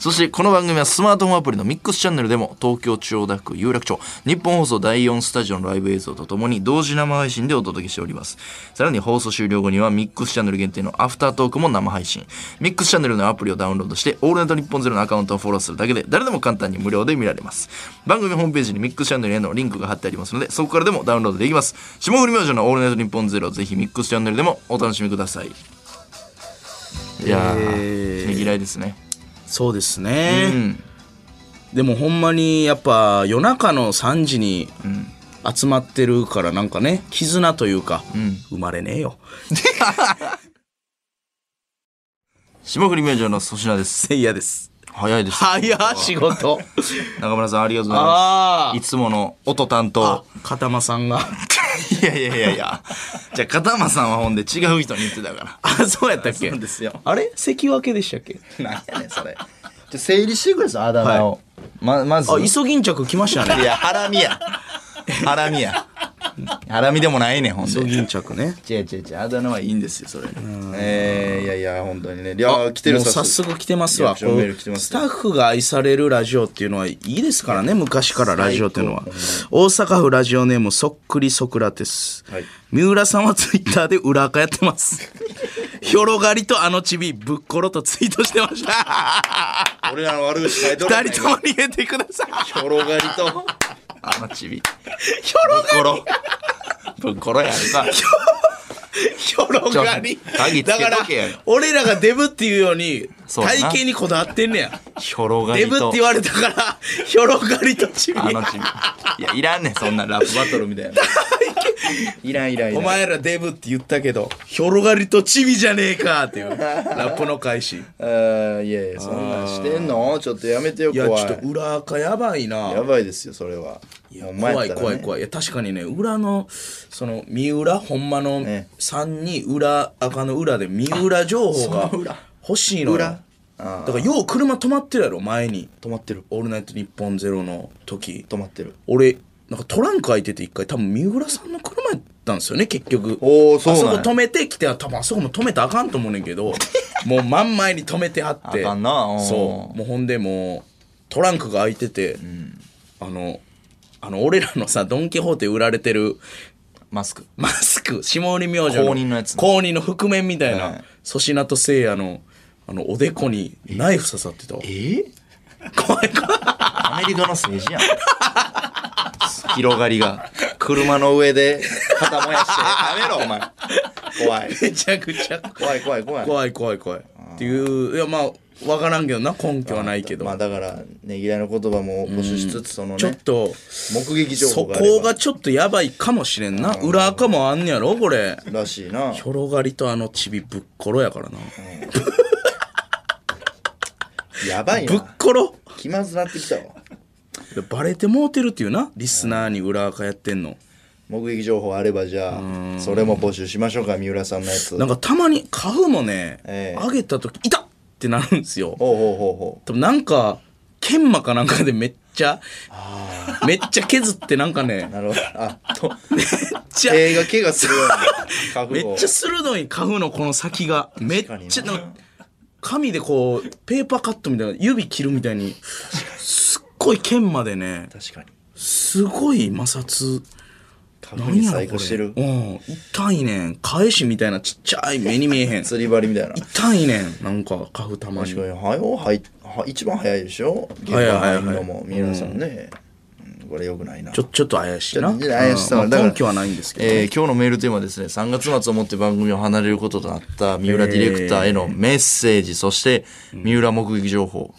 S1: そしてこの番組はスマートフォンアプリのミックスチャンネルでも東京千代田区有楽町日本放送第4スタジオのライブ映像とともに同時生配信でお届けしておりますさらに放送終了後にはミックスチャンネル限定のアフタートークも生配信ミックスチャンネルのアプリをダウンロードしてオールナイトニッポンゼロのアカウントをフォローするだけで誰でも簡単に無料で見られます番組ホームページにミックスチャンネルへのリンクが貼ってありますのでそこからでもダウンロードできます霜降り明星のオールナイトニッポンゼロぜひミックスチャンネルでもお楽しみくださいいやー、
S2: えー
S1: ねぎらいですね。
S2: そうです
S1: う
S2: ね、
S1: ん。
S2: でもほんまにやっぱ夜中の3時に集まってるからなんかね絆というか、生まれねえよ
S1: 霜降り明星の粗品です。
S2: せいやです
S1: 早いです。
S2: 早っ仕 事
S1: 中村さん、ありがとうございま
S2: あ
S1: す。
S2: ー
S1: いつもの音担当。
S2: 片間さんが
S1: いやいやいやいや。じゃあ、片間さんはほんで違う人に言ってたか
S2: あそうやったっけ
S1: ら。すよ。
S2: あれ関脇でしたっけ
S1: 何やねん、それ。じゃ整理してくれさ、あだ名を。ま、まず。
S2: あ磯銀着来ました ね
S1: いや、ハラミや。ハラミや。ハラミでもないねん、ほんで。
S2: 磯銀着ね
S1: 違う違う違う、あだ名はいいんですよ、それ。えー、いやいや、本当にね。いや、来てる
S2: もう早速来てます
S1: リア
S2: わ
S1: クションメール来て
S2: こう
S1: ます
S2: スタッフが愛されるラジオっていうのはいいですからね昔からラジオっていうのは大阪府ラジオネームそっくりソクラテス、
S1: はい
S2: 三浦さんはツイッターで裏垢やってます広がりとあのちびぶっころとツイートしてました
S1: 俺らの悪口書いとるね
S2: 二人とも逃げてください
S1: ひょろがりと、あのちび。ひょろがりぶっころ。ぶっころやんか。
S2: 広がり
S1: ちょ鍵つ
S2: だ
S1: け
S2: か
S1: と
S2: ら
S1: けや
S2: 俺らがデブっていうように
S1: そうやな
S2: 体型にこだわってんねや
S1: ひょろが
S2: デ
S1: り
S2: ブって
S1: と
S2: 言、われたから広がりとちび
S1: あのちび。いや、いらんねん、そんなラップバトルみたいな。いらんいらんいらん。
S2: お前らデブって言ったけど、ひょろがりとチビじゃねえ かっていう、ラップの開始。い
S1: あーいやいや、そんなんしてんのちょっとやめてよ、
S2: や、ち
S1: 怖
S2: ょっと
S1: い。
S2: 裏垢やばいな。
S1: やばいですよ、それは。お前やっ
S2: 怖い
S1: たらね
S2: 怖い怖い。いや、確かにね、裏の、その、三浦、ほんまの
S1: ね
S2: 3に裏、赤の裏で三浦情報が
S1: その裏
S2: 欲しいのよ。
S1: 裏あ
S2: だから、よう車止まってるやろ、前に。
S1: 止まってる。
S2: オールナイトニッポンゼロの時。
S1: 止まってる。
S2: 俺、なんかトランク開いてて一回、多分三浦さんの車やったんですよね、結局。
S1: おーそうなんや
S2: あそこ止めてきて、多分あそこも止めたらあかんと思うねん けど、もう真ん前に止めてあって。
S1: あかんなうん
S2: そう。もうほんでもう、トランクが開いてて、あの、あの、俺らのさ、ドン・キホーテ売られてる、
S1: マスク。
S2: マスク、下降り明星
S1: 公認のやつ
S2: 公認の覆面みたい
S1: は、
S2: ない粗品と聖夜の、あの、おでこにナイフ刺さってたわ。
S1: え
S2: 怖い怖い。
S1: アメリカの政治 やん。広がりが。車の上で肩燃やして。やめろ、お前。怖い。
S2: めちゃくちゃ
S1: 怖い怖い怖い。
S2: 怖い怖い怖いっていういやまあ分からんけどな根拠はないけど、
S1: まあだから、ねぎらいの言葉も募集しつつ、その
S2: ちょっ
S1: ね、
S2: と
S1: 目撃情
S2: そ
S1: 報があれ
S2: こ
S1: ば
S2: がちょっとやばいかもしれんな裏垢もあんねやろこれ
S1: らしいな。
S2: ひょろがりとあのちびぶっころやからな
S1: やばい
S2: ぶっ
S1: な。
S2: ころ
S1: 気まずなってきたわ。
S2: バレてもうてるっていうなリスナーに裏垢やってんの
S1: 目撃情報あれば、じゃあ、それも募集しましょうか、三浦さんのやつ。
S2: なんかたまに花粉もね、
S1: ええ
S2: 上げた時「いた!」ってなるんですよ
S1: ほうほうほうほ
S2: 多分なんか研磨かなんかでめっちゃめっちゃ削ってなんかね
S1: う。なるほど。あ、と、
S2: めっちゃ
S1: 手が怪我するような覚
S2: め
S1: 悟を。
S2: っちゃ鋭い花粉のこの先がめっちゃ
S1: 確かにな
S2: なんか紙でこうペーパーカットみたいな指切るみたいにすっごい剣までね
S1: 確かに。
S2: すごい摩擦
S1: 花粉に
S2: ろ
S1: 細工してる
S2: う。ん痛いねん返しみたいなちっちゃい目に見えへん
S1: 釣り針みたいな。
S2: 痛いねんなんか花粉たまに
S1: 確かに早う入っは一番早いでしょ現場
S2: 早い早い
S1: 入るのも三浦さんね、うんこれよくないな
S2: ちょちょっと怪しいな
S1: ちょっと怪しさは
S2: うん
S1: だか
S2: まあ
S1: ら
S2: 根拠はないんですけど、
S1: えー今日のメールテーマはですね3月末をもって番組を離れることとなった三浦ディレクターへのメッセージ、そして三浦目撃情報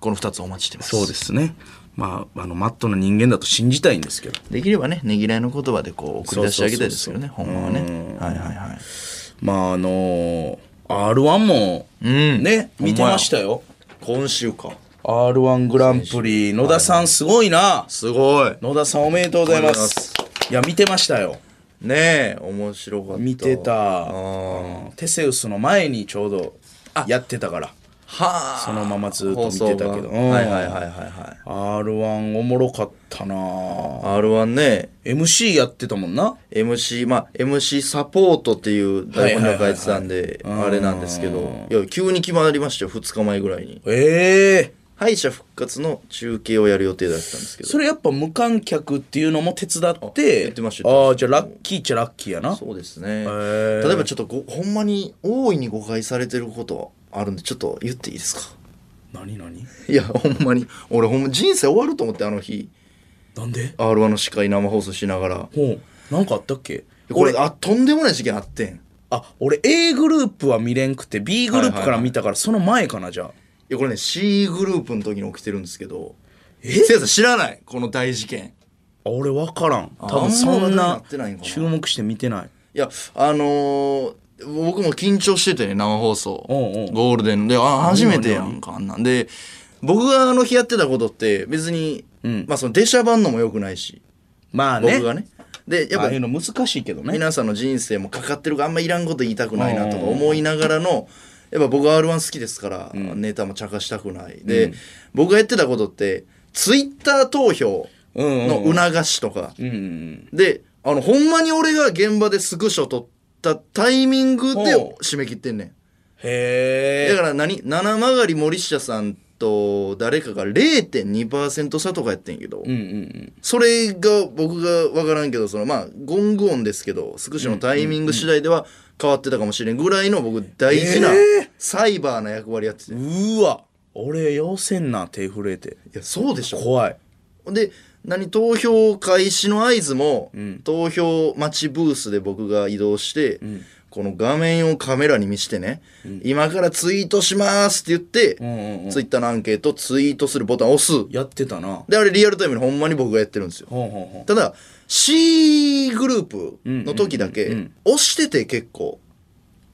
S1: この2つお待ちしてます
S2: そうですねまああのマットな人間だと信じたいんですけど
S1: できればねねぎらいの言葉でこう送り出してあげたいですけどね
S2: そ
S1: ほんまはねはいはいはい
S2: まああの R1 も
S1: ん
S2: ね、見てましたよ。
S1: 今週か
S2: R1 グランプリ、野田さんすごいな。
S1: すごい
S2: 野田さんおめでとうございま
S1: おめでとう
S2: す。いや、見てましたよ。
S1: ねえ面白かった
S2: 見てた。
S1: は
S2: うんテセウスの前にちょうどやってたから。
S1: あ
S2: そのままずっと見てたけど。
S1: はいはいはいはいはい
S2: R1 おもろかっったなぁ
S1: R1 ね
S2: MC やってたもんな
S1: MC まあ MC サポートっていう台本が書いてたんで
S2: はいはい
S1: あれなんですけどいや急に決まりましたよ2日前ぐらいに
S2: ええ
S1: 敗者復活の中継をやる予定だったんですけど
S2: それやっぱ無観客っていうのも手伝
S1: あ
S2: って
S1: 言ってました
S2: ああじゃあラッキーっちゃラッキーやな
S1: そうですね
S2: ー
S1: 例えばちょっとごほんまに大いに誤解されてることあるんでちょっと言っていいですか
S2: 何何
S1: いやほんまに俺ほんま人生終わると思ってあの日
S2: なんで
S1: R1 の司会生放送しながら
S2: ほうなんかあったっけ
S1: これ
S2: 俺
S1: あとんでもない事件あってんい
S2: あ俺 A グループは見れんくて B グルー
S1: はい
S2: プか
S1: はい
S2: ら
S1: はい
S2: 見たからその前かなじゃあ
S1: やこれね C グループの時に起きてるんですけど
S2: え
S1: せいやさん知らないこの大事件
S2: あ俺分からん
S1: あ
S2: 多分そん
S1: あんま話題にな
S2: な
S1: ってないんかな
S2: 注目して見てない
S1: いやあのー僕も緊張しててね生放送
S2: おうおう
S1: ゴールデンであ初めてやんかあんなんで僕があの日やってたことって別に、まあその出しゃばんのも良くないし
S2: まあね
S1: 僕がねでやっ
S2: ああ
S1: ぱ
S2: いうの難しいけどね
S1: 皆さんの人生もかかってるからあんまいらんこと言いたくないなとか思いながらのやっぱ僕は r 1好きですから、ネタも茶化したくないで、僕がやってたことってツイッター投票の促しとか、
S2: うんうん
S1: であのほんまに俺が現場でスクショ撮ったタイミングで
S2: おう
S1: 締め切ってんねん
S2: へ
S1: だ
S2: え
S1: から何七曲り森下さんと誰かが0.2%差とかやってんけど、
S2: うんうんうん
S1: それが僕が分からんけどそのまあゴング音ですけどスクショのタイミング次第では変わってたかもしれんぐらいの僕大事な
S2: え
S1: サイバーな役割やってて、いう
S2: ーわ俺要せんな手震えて
S1: やそうでしょ
S2: 怖い
S1: で何投票開始の合図も、投票待ちブースで僕が移動して、この画面をカメラに見してね、今からツイートしますって言って、
S2: んうん
S1: ツイッターのアンケートツイートするボタンを押す
S2: やってたな
S1: であれリアルタイムにほんまに僕がやってるんですよ
S2: ほんほんほん
S1: ただ C グループの時だけ押してて結構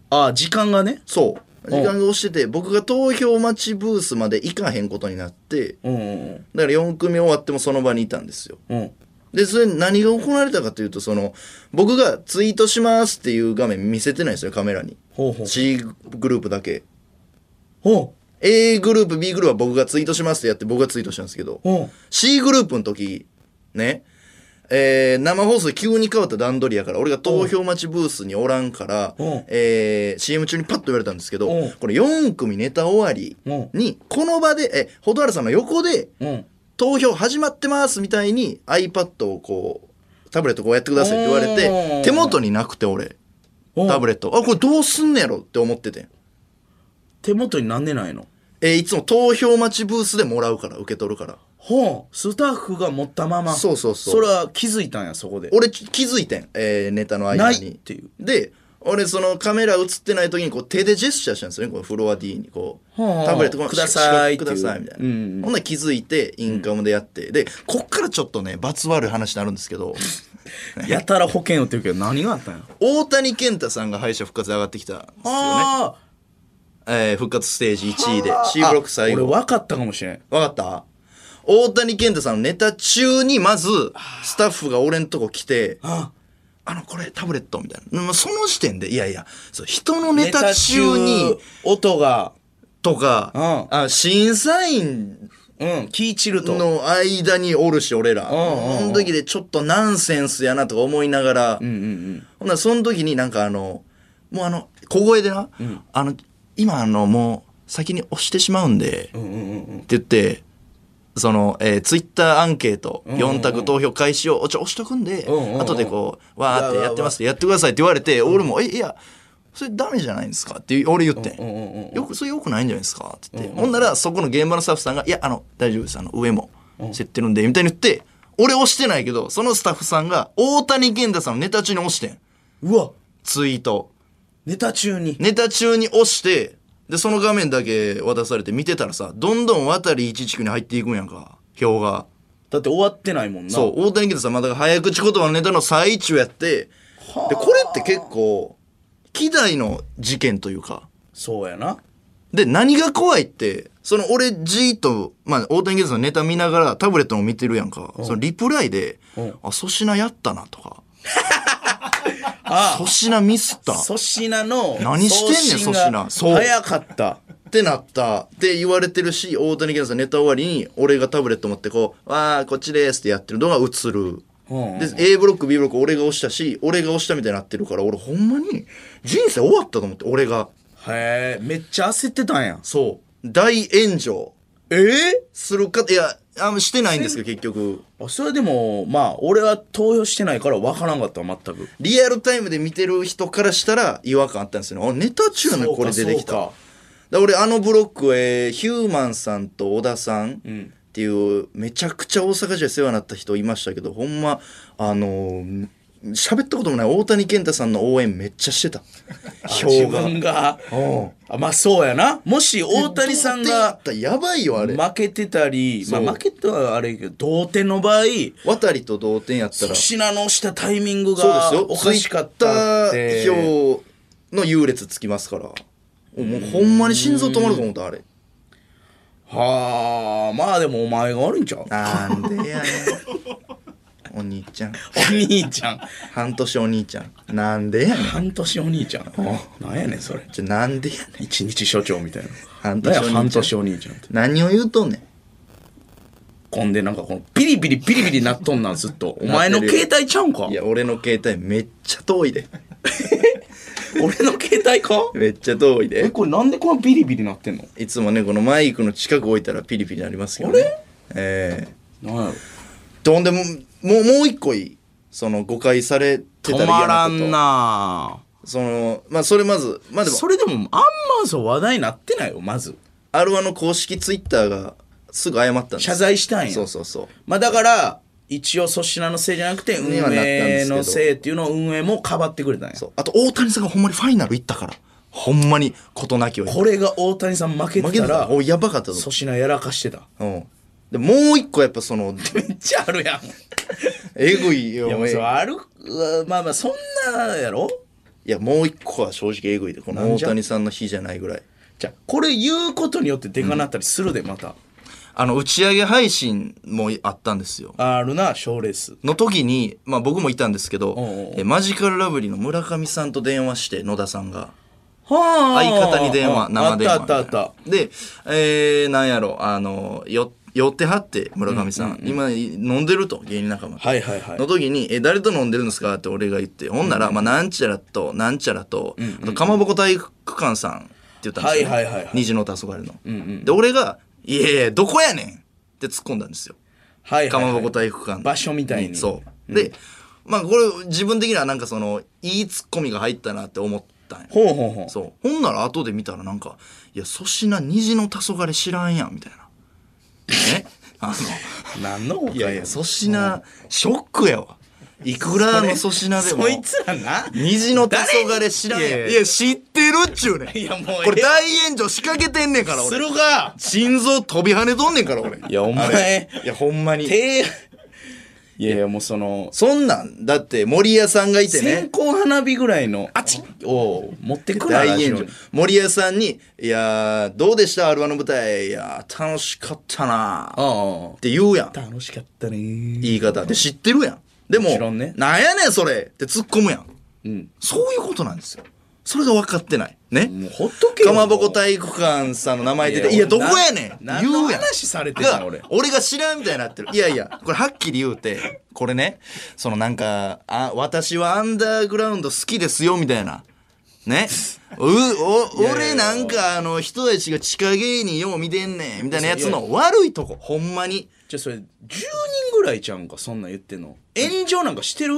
S2: ああ時間がね
S1: そう時間が押してて僕が投票待ちブースまで行かへんことになって
S2: うんうん
S1: だから4組終わってもその場にいたんですよ
S2: うんうん
S1: でそれ何が行われたかというとその僕がツイートしますっていう画面見せてないんですよカメラに
S2: ほうほう
S1: C グループだけ
S2: ほ
S1: A グループ B グループは僕がツイートしますってやって僕がツイートしたんですけど
S2: うほ
S1: C グループの時ねえー生放送急に変わった段取りやから俺が投票待ちブースにおらんから
S2: うん、
S1: えー CM 中にパッと言われたんですけど
S2: うん
S1: これ4組ネタ終わりにこの場でえ蛍原さんの横で
S2: ううん
S1: 投票始まってますみたいに iPad をこうタブレットこうやってくださいって言われ
S2: う
S1: て
S2: ん
S1: 手元になくて俺
S2: うん
S1: タブレットあこれどうすんねやろって思っててん、
S2: 手元になんでないの
S1: えーいつも投票待ちブースでもらうから受け取るから
S2: ほうスタッフが持ったまま
S1: そうそうそう
S2: それは気づいたんやそこで
S1: 俺気づいてん、えーネタの間に
S2: ないっていう
S1: で俺そのカメラ映ってない時にこう手でジェスチャーしたんですよねこのフロア D にこう
S2: はあはあ
S1: タブレットこう
S2: ください
S1: くださいみたいな、
S2: っていううん
S1: ほんなら気づいてインカムでやって、でこっからちょっとね罰悪い話になるんですけど
S2: やたら保険をってるけど何があったんや
S1: 大谷健太さんが敗者復活で上がってきたんですよね、
S2: あ
S1: えー復活ステージ1位で
S2: ー
S1: C ブロック最後
S2: 俺分かったかもしれん
S1: わかった大谷健太さんのネタ中にまずスタッフが俺んとこ来て「
S2: あ
S1: あのこれタブレット」みたいなもうその時点でいやいやそう人のネタ中に
S2: 音が
S1: とか、
S2: う
S1: あ審査員
S2: うん気い散ると
S1: の間におるし俺ら、
S2: んうんうん
S1: その時でちょっとナンセンスやなとか思いながら、
S2: うんうん
S1: ほんならその時になんかあのもうあの小声でな、あの今あのもう先に押してしまうんで。
S2: うんうんうんうん
S1: って言って、その、えーツイッターアンケート、4択投票開始を、おちょ、押しとくんで、
S2: んうんうん
S1: 後でこう、わーってやってますってやってくださいって言われて、俺も、え、いや、それダメじゃないんですかって俺言ってん、
S2: うんうんうん
S1: よく、それよくないんじゃないですかって言って、ほんなら、そこの現場のスタッフさんが、いや、あの、大丈夫です、あの、上も、設定るんで、みたいに言って、俺押してないけど、そのスタッフさんが、大谷健太さんのネタ中に押してん。
S2: うわ
S1: ツイート。
S2: ネタ中に
S1: ネタ中に押して、で、その画面だけ渡されて見てたらさ、どんどん渡り一地区に入っていくんやんか、票が。
S2: だって終わってないもんな
S1: そう、大谷健太さんまだ早口言葉のネタの最中やって、で、これって結構、希代の事件というか、
S2: そうやな
S1: で、何が怖いって、その俺じーっと、まあ、大谷健太さんのネタ見ながらタブレットも見てるやんか、そのリプライで、あ、粗品やったなとか、粗品ミスった。
S2: 粗品の
S1: 何してんねん
S2: 送信が
S1: 粗品そう
S2: 早かった
S1: ってなったって言われてるし大谷健さんネタ終わりに俺がタブレット持ってこう「わあこっちです」ってやってるのが映る。
S2: うんうん
S1: で A ブロック B ブロック俺が押したし俺が押したみたいになってるから俺ほんまに人生終わったと思って俺が
S2: へえめっちゃ焦ってたんや
S1: そう大炎上
S2: ええ
S1: するかいやあしてないんですけど結局
S2: あそれでもまあ俺は投票してないから分からんかったわ全く
S1: リアルタイムで見てる人からしたら違和感あったんですよねあネタ中のこれ出てきた
S2: そうか
S1: だ俺あのブロック、えーヒューマンさんと小田さん
S2: ん
S1: っていう、めちゃくちゃ大阪市で世話になった人いましたけどほんまあのー喋ったこともない大谷健太さんの応援めっちゃして た票
S2: そうか
S1: が
S2: あ自分があまあそうやなもし大谷さん
S1: 同
S2: が
S1: 点やったらやばいよあれ
S2: 負けてたり、まあ、
S1: そう
S2: 負けてはあれやけど同点の場合
S1: 渡りと同点やったら
S2: 品のしたタイミング
S1: そうで
S2: が
S1: すよ。
S2: おかしかったっ
S1: ツイ
S2: て
S1: ッター票の優劣つきますから。もうほんまに心臓止まると思った、あれ。
S2: はあまあでもお前が悪いんちゃう
S1: なんでやねん。 お兄ちゃん。
S2: お兄ちゃん
S1: 半年お兄ちゃん。なんでやねん。
S2: 半年お兄ちゃんなんやねんそれ
S1: ちょなんでやねん。
S2: 一日所長みたいな
S1: 半
S2: なん
S1: 年お兄
S2: や
S1: ちゃん
S2: 半年お兄ちゃんって
S1: 何を言うとんねん。
S2: ほんでなんかこのピリピリピリピリなっとんなんずっ とお前の携帯ちゃうんか
S1: いや、俺の携帯めっちゃ遠いで。
S2: 俺の携帯か
S1: めっちゃ遠い
S2: え
S1: で。
S2: これなんでこんなピリピリなってんの
S1: いつもね、このマイクの近く置いたらピリピリなりますけどね。
S2: あれ
S1: ええ
S2: なんやろ
S1: とほんでもう、もう、もう一個いい。その誤解されてたら
S2: 止
S1: 嫌なこと
S2: まらんな
S1: そのまあそれまずまあでも
S2: それでもあんまそう話題になってないよまず
S1: R1 の公式ツイッターがすぐ謝ったんです
S2: 謝罪したんや
S1: そうそうそう
S2: まあだから一応粗品のせいじゃなくて運
S1: にはなったんですけ
S2: 営
S1: ど
S2: のせいっていうのを運営もかばってくれたんや
S1: そうあと大谷さんがほんまにファイナル行ったからほんまに事なきを言って
S2: これが大谷さん負け
S1: 負
S2: て
S1: け
S2: た
S1: た
S2: ら
S1: らおやばかったぞ
S2: 粗品やらかし てた
S1: うんでもう一個やっぱその
S2: めっちゃあるやん
S1: えぐいよ
S2: いやもうそれあるうわまあまあそんなやろ
S1: いやもう一個は正直えぐいでこの大谷さんの日じゃないぐらい
S2: じゃあこれ言うことによってでかなったりするでまた、
S1: あの打ち上げ配信もあったんですよ
S2: あるな賞レース
S1: の時に、まあ、僕もいたんですけど
S2: おうおう
S1: えマジカルラブリーの村上さんと電話して野田さんが
S2: は
S1: 相方に電話生電話
S2: あったあったあっ
S1: で、えー、なんやろあのよ寄ってはって村上さん、今飲んでると芸人仲間
S2: たはいはいはい
S1: の時に「え誰と飲んでるんですか?」って俺が言ってほんなら、まあ、なんちゃらとなんちゃらと、あとかまぼこ体育館さんって言ったんですよ、ね
S2: はいはいはいはい
S1: 虹の黄昏の、で俺が「いやいやどこやねん!」って突っ込んだんですよ
S2: はい
S1: か
S2: はい
S1: ま
S2: は
S1: ぼ
S2: い
S1: こ体育館
S2: 場所みたいに
S1: そうで、まあこれ自分的にはなんかそのいいツッコミが入ったなって思ったんや
S2: ほうほうほう
S1: そうほんなら後で見たらなんか「いや粗品虹の黄昏知らんやん」み たいなねあの
S2: 何のおか
S1: い
S2: や
S1: やいや粗品ショックやわいくらの粗品でも
S2: そいつらな
S1: 虹の黄昏知らんやん
S2: 誰
S1: い
S2: に
S1: や知ってるっちゅうねん
S2: いやもうええ
S1: これ大炎上仕掛けてんねんから
S2: す
S1: 俺
S2: るが
S1: 心臓飛び跳ねとんねんから俺
S2: いやお前
S1: いやほんまに
S2: 手いやいやもうその
S1: そんなんだって森屋さんがいてね
S2: 線香花火ぐらいのあちを持ってくる
S1: 大炎上森谷さんに「いやーどうでした R−1 の舞台いやー楽しかったな」っ
S2: あ
S1: て言うやん
S2: あ楽しかったね
S1: 言い方で知ってるやんでも
S2: もちろんね
S1: なんやねんそれ!」って突っ込むやん
S2: うん
S1: そういうことなんですよそれが分かってないね
S2: もうほっとけよ
S1: かまぼこ体育館さんの名前出て「いやどこやねん!」
S2: な
S1: 言
S2: 何の
S1: うやん
S2: 話されてん
S1: が
S2: の俺
S1: 俺が知らんみたいになってるいやいやこれはっきり言うてこれねそのなんかあ私はアンダーグラウンド好きですよみたいなねうお
S2: いやいや
S1: 俺なんかあの人たちが地下芸人よう見てんねんみたいなやつの悪いとこほんまに
S2: じゃあそれ10人ぐらいちゃうんかそんなん言ってんの炎上なんかしてる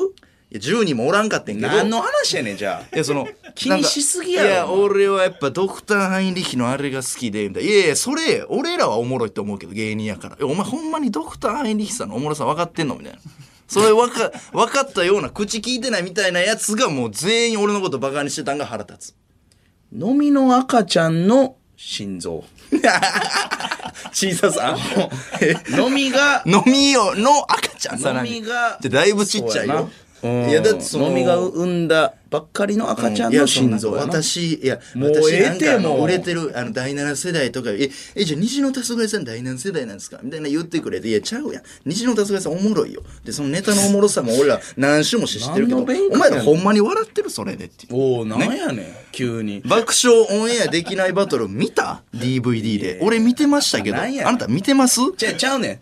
S1: いや10人もおらんかってんけど
S2: 何の話やねんじゃあ
S1: いやそ の
S2: 気にしすぎやろ
S1: なんかい
S2: お
S1: や俺はやっぱドクター・ハインリヒのあれが好きでみたいないやいやそれ俺らはおもろいと思うけど芸人やからいやお前ほんまにドクター・ハインリヒさんのおもろさ分かってんのみたいなそれ分か 分かったような口聞いてないみたいなやつがもう全員俺のことバカにしてたんが腹立
S2: 飲みの赤ちゃんの心臓
S1: つ小ささ
S2: 飲みが
S1: 飲みよの赤ちゃんさ
S2: 飲
S1: ら
S2: み
S1: に
S2: が
S1: でだいぶちっちゃい
S2: そうや
S1: よ
S2: なうん
S1: いやだってその
S2: 飲みが産んだばっかりの赤ちゃんの心臓
S1: いや
S2: や
S1: そん
S2: な
S1: な私いや
S2: もう
S1: 私
S2: ええ
S1: なんかあ
S2: ても
S1: の
S2: う
S1: 売れてるあの第7世代とかええじゃあ西野黄昏さん第7世代なんですかみたいな言ってくれていやちゃうやん西野黄昏さんおもろいよでそのネタのおもろさも俺 ら何種も知ってるけど
S2: 何の勉強
S1: お前らほんまに笑ってるそれでっていう
S2: おおなんやねん急に
S1: 爆笑オンエアできないバトル見た DVD で俺見てましたけどあ
S2: なんや
S1: なた見てます
S2: ちゃちゃうね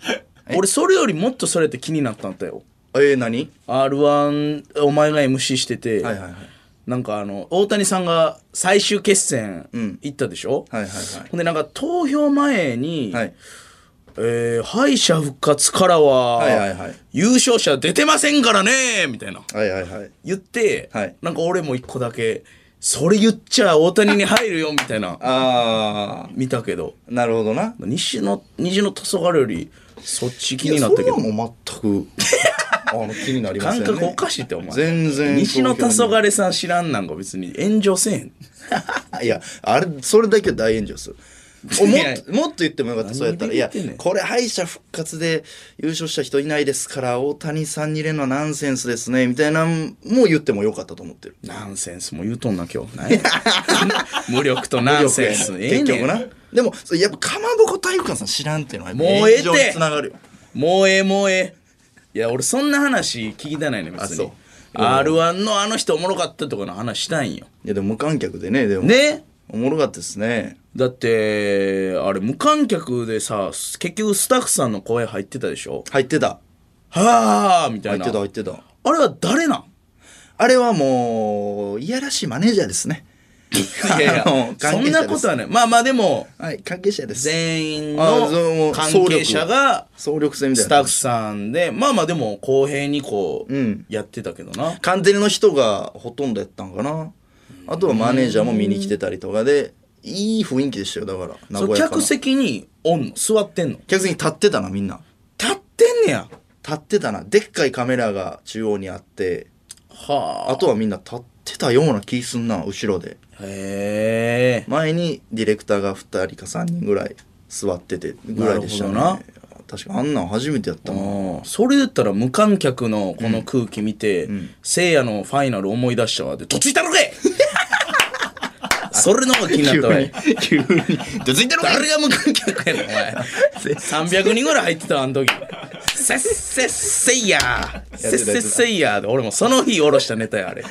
S2: ん俺それよりもっとそれって気になったんだよ
S1: えー、何
S2: R1 お前が MC してて、
S1: はいはいはい
S2: なんかあの大谷さんが最終決戦行ったでしょ、
S1: はいはいはい
S2: ほんでなんか投票前に、
S1: はい
S2: えー敗者復活からは、
S1: はいはいはい
S2: 優勝者出てませんからねみたいな
S1: はいはいはい
S2: 言って、
S1: はい
S2: なんか俺も一個だけそれ言っちゃ大谷に入るよみたいな
S1: あ
S2: 見たけど
S1: ーなるほどな
S2: 西の虹の黄昏よりそっち気
S1: い
S2: にな
S1: や
S2: ったけど
S1: それはもう 全くあの気になりません
S2: 感
S1: ね
S2: 覚おかしいってお前
S1: 全然
S2: 西の黄昏さん知らんなんか別に炎上せえへん
S1: いやあれそれだけは大炎上 するおも
S2: いや
S1: っともっと言ってもよかったそうやったらい
S2: 何ビビ
S1: や
S2: ってんねん
S1: これ敗者復活で優勝した人いないですから大谷さんに入れるのはナンセンスですねみたいなんも言ってもよかったと思ってる
S2: ナンセンスも言うとんな今日な んや無力とナンセンスええ
S1: 結
S2: ねん
S1: 局なでもそれやっぱかまぼこ体育館さん知らんっていうのはやぱ
S2: もうええって
S1: 炎上につながるよ
S2: もうええもうええいや俺そんな話聞きたないねん別
S1: あそう
S2: に R1 のあの人おもろかったとかの話したいんよ
S1: いやでも無観客でねでも
S2: ね
S1: おもろかったですね
S2: だってあれ無観客でさ結局スタッフさんの声入ってたでしょ
S1: 入ってた
S2: はあみた
S1: 入っ
S2: いな
S1: てた入ってた
S2: あれは誰なん
S1: あれはもういやらしいマネージャーですね
S2: いやい や
S1: あの
S2: そんなこと
S1: は
S2: はないまあまあでも
S1: はい関係者です
S2: 全員
S1: あそうも
S2: の
S1: う
S2: 関係者が
S1: 総力戦みたい
S2: ス
S1: な
S2: タッフさんでまあまあでも公平にこう
S1: うん
S2: やってたけどな、
S1: カンテレの人がほとんどやったんかなあとはマネージャーも見に来てたりとかでいい雰囲気でしたよだから名
S2: そ
S1: 古
S2: う
S1: 屋から
S2: 客席におんの座ってんの
S1: 客席に立ってたなみんな
S2: 立ってんねや
S1: 立ってたなでっかいカメラが中央にあって
S2: は
S1: あとはみんな立ってたような気すんな後ろで
S2: あへえ
S1: 前にディレクターが2人か3人ぐらい座っててぐらいでしたね
S2: なるほど
S1: 確かあんなん初めてやったな
S2: それだったら無観客のこの空気見て「せいやのファイナル思い出したわ」で「とっついたのかい! 」それの方が気になったわい
S1: 急に どついてるか
S2: 誰が無観客やねんお前300人ぐらい入ってたわあの時せっせっせいやー
S1: た
S2: せっせっせいやーで俺もその日おろしたネタやあれ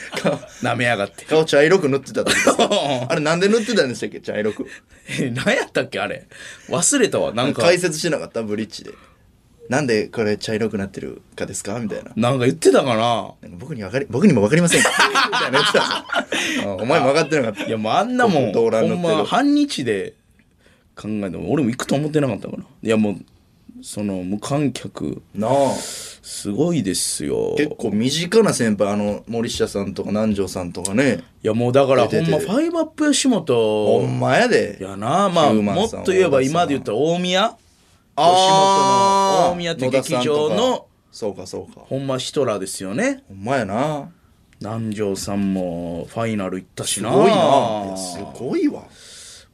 S2: なめやがって
S1: 顔茶色く塗ってたってあれなんで塗ってたんでしたっけ茶色く
S2: え何やったっけあれ忘れたわなんか
S1: 解説しなかったブリッジでなんでこれ茶色くなってるかですかみたいな
S2: なんか言ってたかな
S1: なんか僕にわかり僕にもわかりませ んみたいなやつだうんお前も分かってなかった
S2: いやもうあんなもん
S1: 動乱
S2: ほ
S1: 塗
S2: ん
S1: ってる
S2: ま半日で考えても俺も行くと思ってなかったからいやもうその無観客
S1: なあ
S2: すごいですよ
S1: 結構身近な先輩あの森下さんとか南條さんとかね
S2: いやもうだからほ
S1: 出
S2: ん
S1: て
S2: ま
S1: て
S2: ファイブアップ吉
S1: ほ
S2: 本
S1: んまやで
S2: やなまあ
S1: ヒューマ
S2: も
S1: ン
S2: っ
S1: さん
S2: と言えば
S1: 大田さん
S2: 今で言ったら大宮吉本の大宮って
S1: 野田さんとか
S2: 劇場の
S1: そうかそうか
S2: ほんまヒトラーですよね
S1: ほんまやな
S2: 南條さんもファイナル行ったし
S1: す
S2: な
S1: ごいないやすごいわ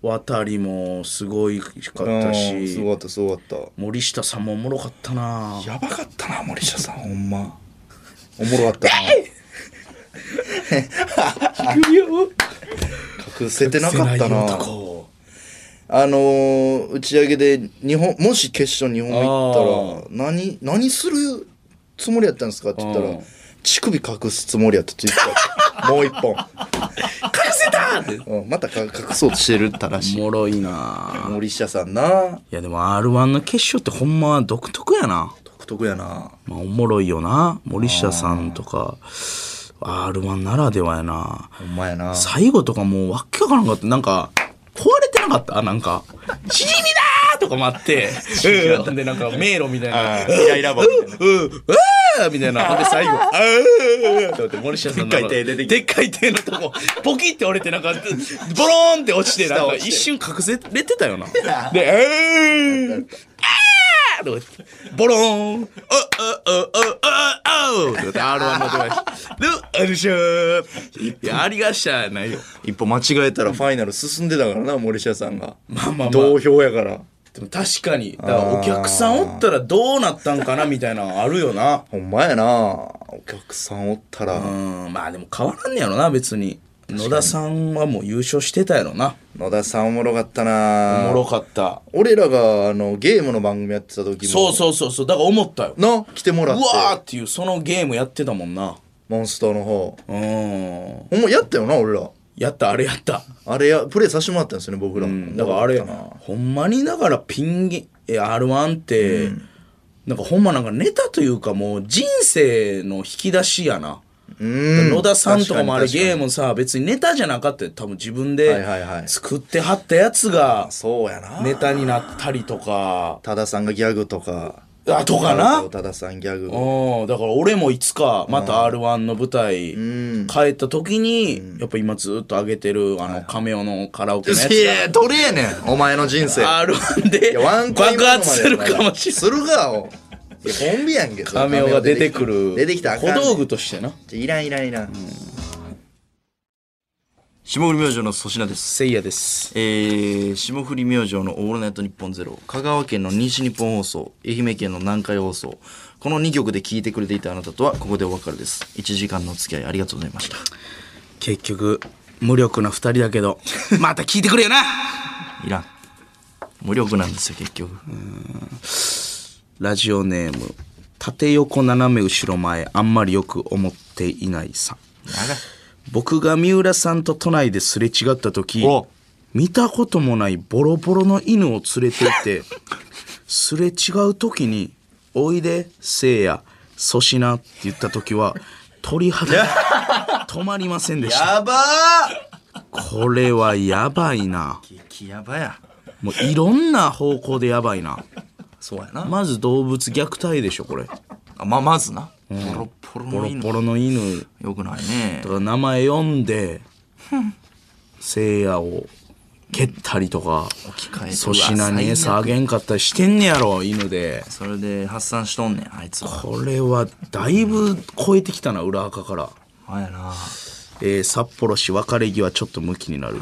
S2: 渡りもすごいかった
S1: うんす
S2: し
S1: ごかったすごかった
S2: 森下さんもおもろかったな
S1: やばかったな森下さんほんまおもろかったな 隠せてなかったなあのー打ち上げで日本もし決勝日本行ったら何何するつもりやったんですかって言った
S2: う
S1: ら
S2: ん
S1: 乳首隠すつもりやったって言って たもう一本、
S2: 隠せたって
S1: うん、またか隠そうとしてるったらし
S2: お
S1: い
S2: もろいな
S1: 森下さんない
S2: やでも r 1の決勝ってほんま独特やな、
S1: 独特やな
S2: まあ、おもろいよな森下さんとか r 1ならではやな
S1: ほんまやな
S2: 最後とかもうわけわからんかったなんか壊れてなかったなんか「縮みだ!」とか待 ってうんでなんか迷路みたいな
S1: イライラ棒みたいな
S2: うん、うわーみたいな。ほんで最後、あーってって森下さんの。
S1: でっかい手出てきて
S2: でっかい手のとこ、ポキって折れて、なんか、ボローンって落ちて、なんか一瞬隠せれてたよな。で、あーあーとか言ってボローン、おおおおおおおって言って R1 の出ました。で、あるしょー。いや、ありがしゃあないよ。
S1: 一歩間違えたらファイナル進んでたからな森下さんが
S2: まあまあまあ。
S1: 同票やから
S2: でも確かに、だからお客さんおったらどうなったんかなみたいなのあるよな。
S1: ほんまやなお客さんおったら、
S2: うんまあでも変わらんねやろな別に野田さんはもう優勝してたやろな
S1: 野田さんおもろかったな
S2: おもろかった
S1: 俺らがあのゲームの番組やってた時も
S2: そうそうそうそうだから思ったよう
S1: な来てもらって
S2: わーっていうそのゲームやってたもんな
S1: モンスターの方
S2: うん
S1: ほんまやったよな俺ら
S2: やったあれやった
S1: あれやプレイさせてもらったんですよね僕ら、
S2: だからあれ
S1: おもろったな
S2: ほんまにだからピンゲ R1 って、なんかほんまなんかネタというかもう人生の引き出しやな、
S1: うん
S2: 野田さんとかもあれ
S1: 確に
S2: ゲームさ別にネタじゃなかったよ多分自分
S1: は
S2: で
S1: いはいはい
S2: 作ってはったやつが
S1: そうやな
S2: ネタになったりとか
S1: 多田さんがギャグとか
S2: あとか
S1: あ
S2: な
S1: と多田さんギャグ
S2: うんだから俺もいつかまた r 1の舞台帰った時に、やっぱ今ずっと上げてるあの亀尾のカラオケのやつ
S1: いやどれやねんお前の人生
S2: r 1で
S1: いやワンコイン
S2: 爆発するかもしれない
S1: するかおいやコンビやんけ
S2: カメオが出てくる
S1: 出てきたらあかん
S2: 小
S1: ねん
S2: 道具としてない
S1: らんいらんいらん、霜降り明星の粗品です
S2: せいやです
S1: えー、霜降り明星の「オールナイトニッポンゼロ香川県の西日本放送愛媛県の南海放送この2曲で聴いてくれていたあなたとはここでお別れです1時間のお付き合いありがとうございました
S2: 結局無力な二人だけ どまた聞いてくれよない
S1: らん無力なんですよ結局
S2: ラジオネーム縦横斜め後ろ前あんまりよく思っていないさん
S1: 長い
S2: 僕が三浦さんと都内ですれ違った時
S1: お
S2: 見たこともないボロボロの犬を連れていてすれ違う時に「おいでせいや粗品」って言った時は鳥肌が止まりませんでした
S1: やば
S2: これはやばいな
S1: ー激やばや
S2: もういろんな方向でやばいな
S1: そうやなま
S2: まず動物虐待でしょこれ
S1: あままずなポロポロ
S2: ボ
S1: の
S2: ロ
S1: 犬
S2: ボロの犬
S1: よくないね
S2: とか名前読んでせいやを蹴ったりとか
S1: 置き換えて
S2: 粗品に餌あ
S1: うわ最悪
S2: げんかったりしてんねやろ犬で
S1: それで発散しとんねんあいつは
S2: これはだいぶ超えてきたな裏垢から、
S1: あやな
S2: えー札幌市別れ際ちょっとムキになる、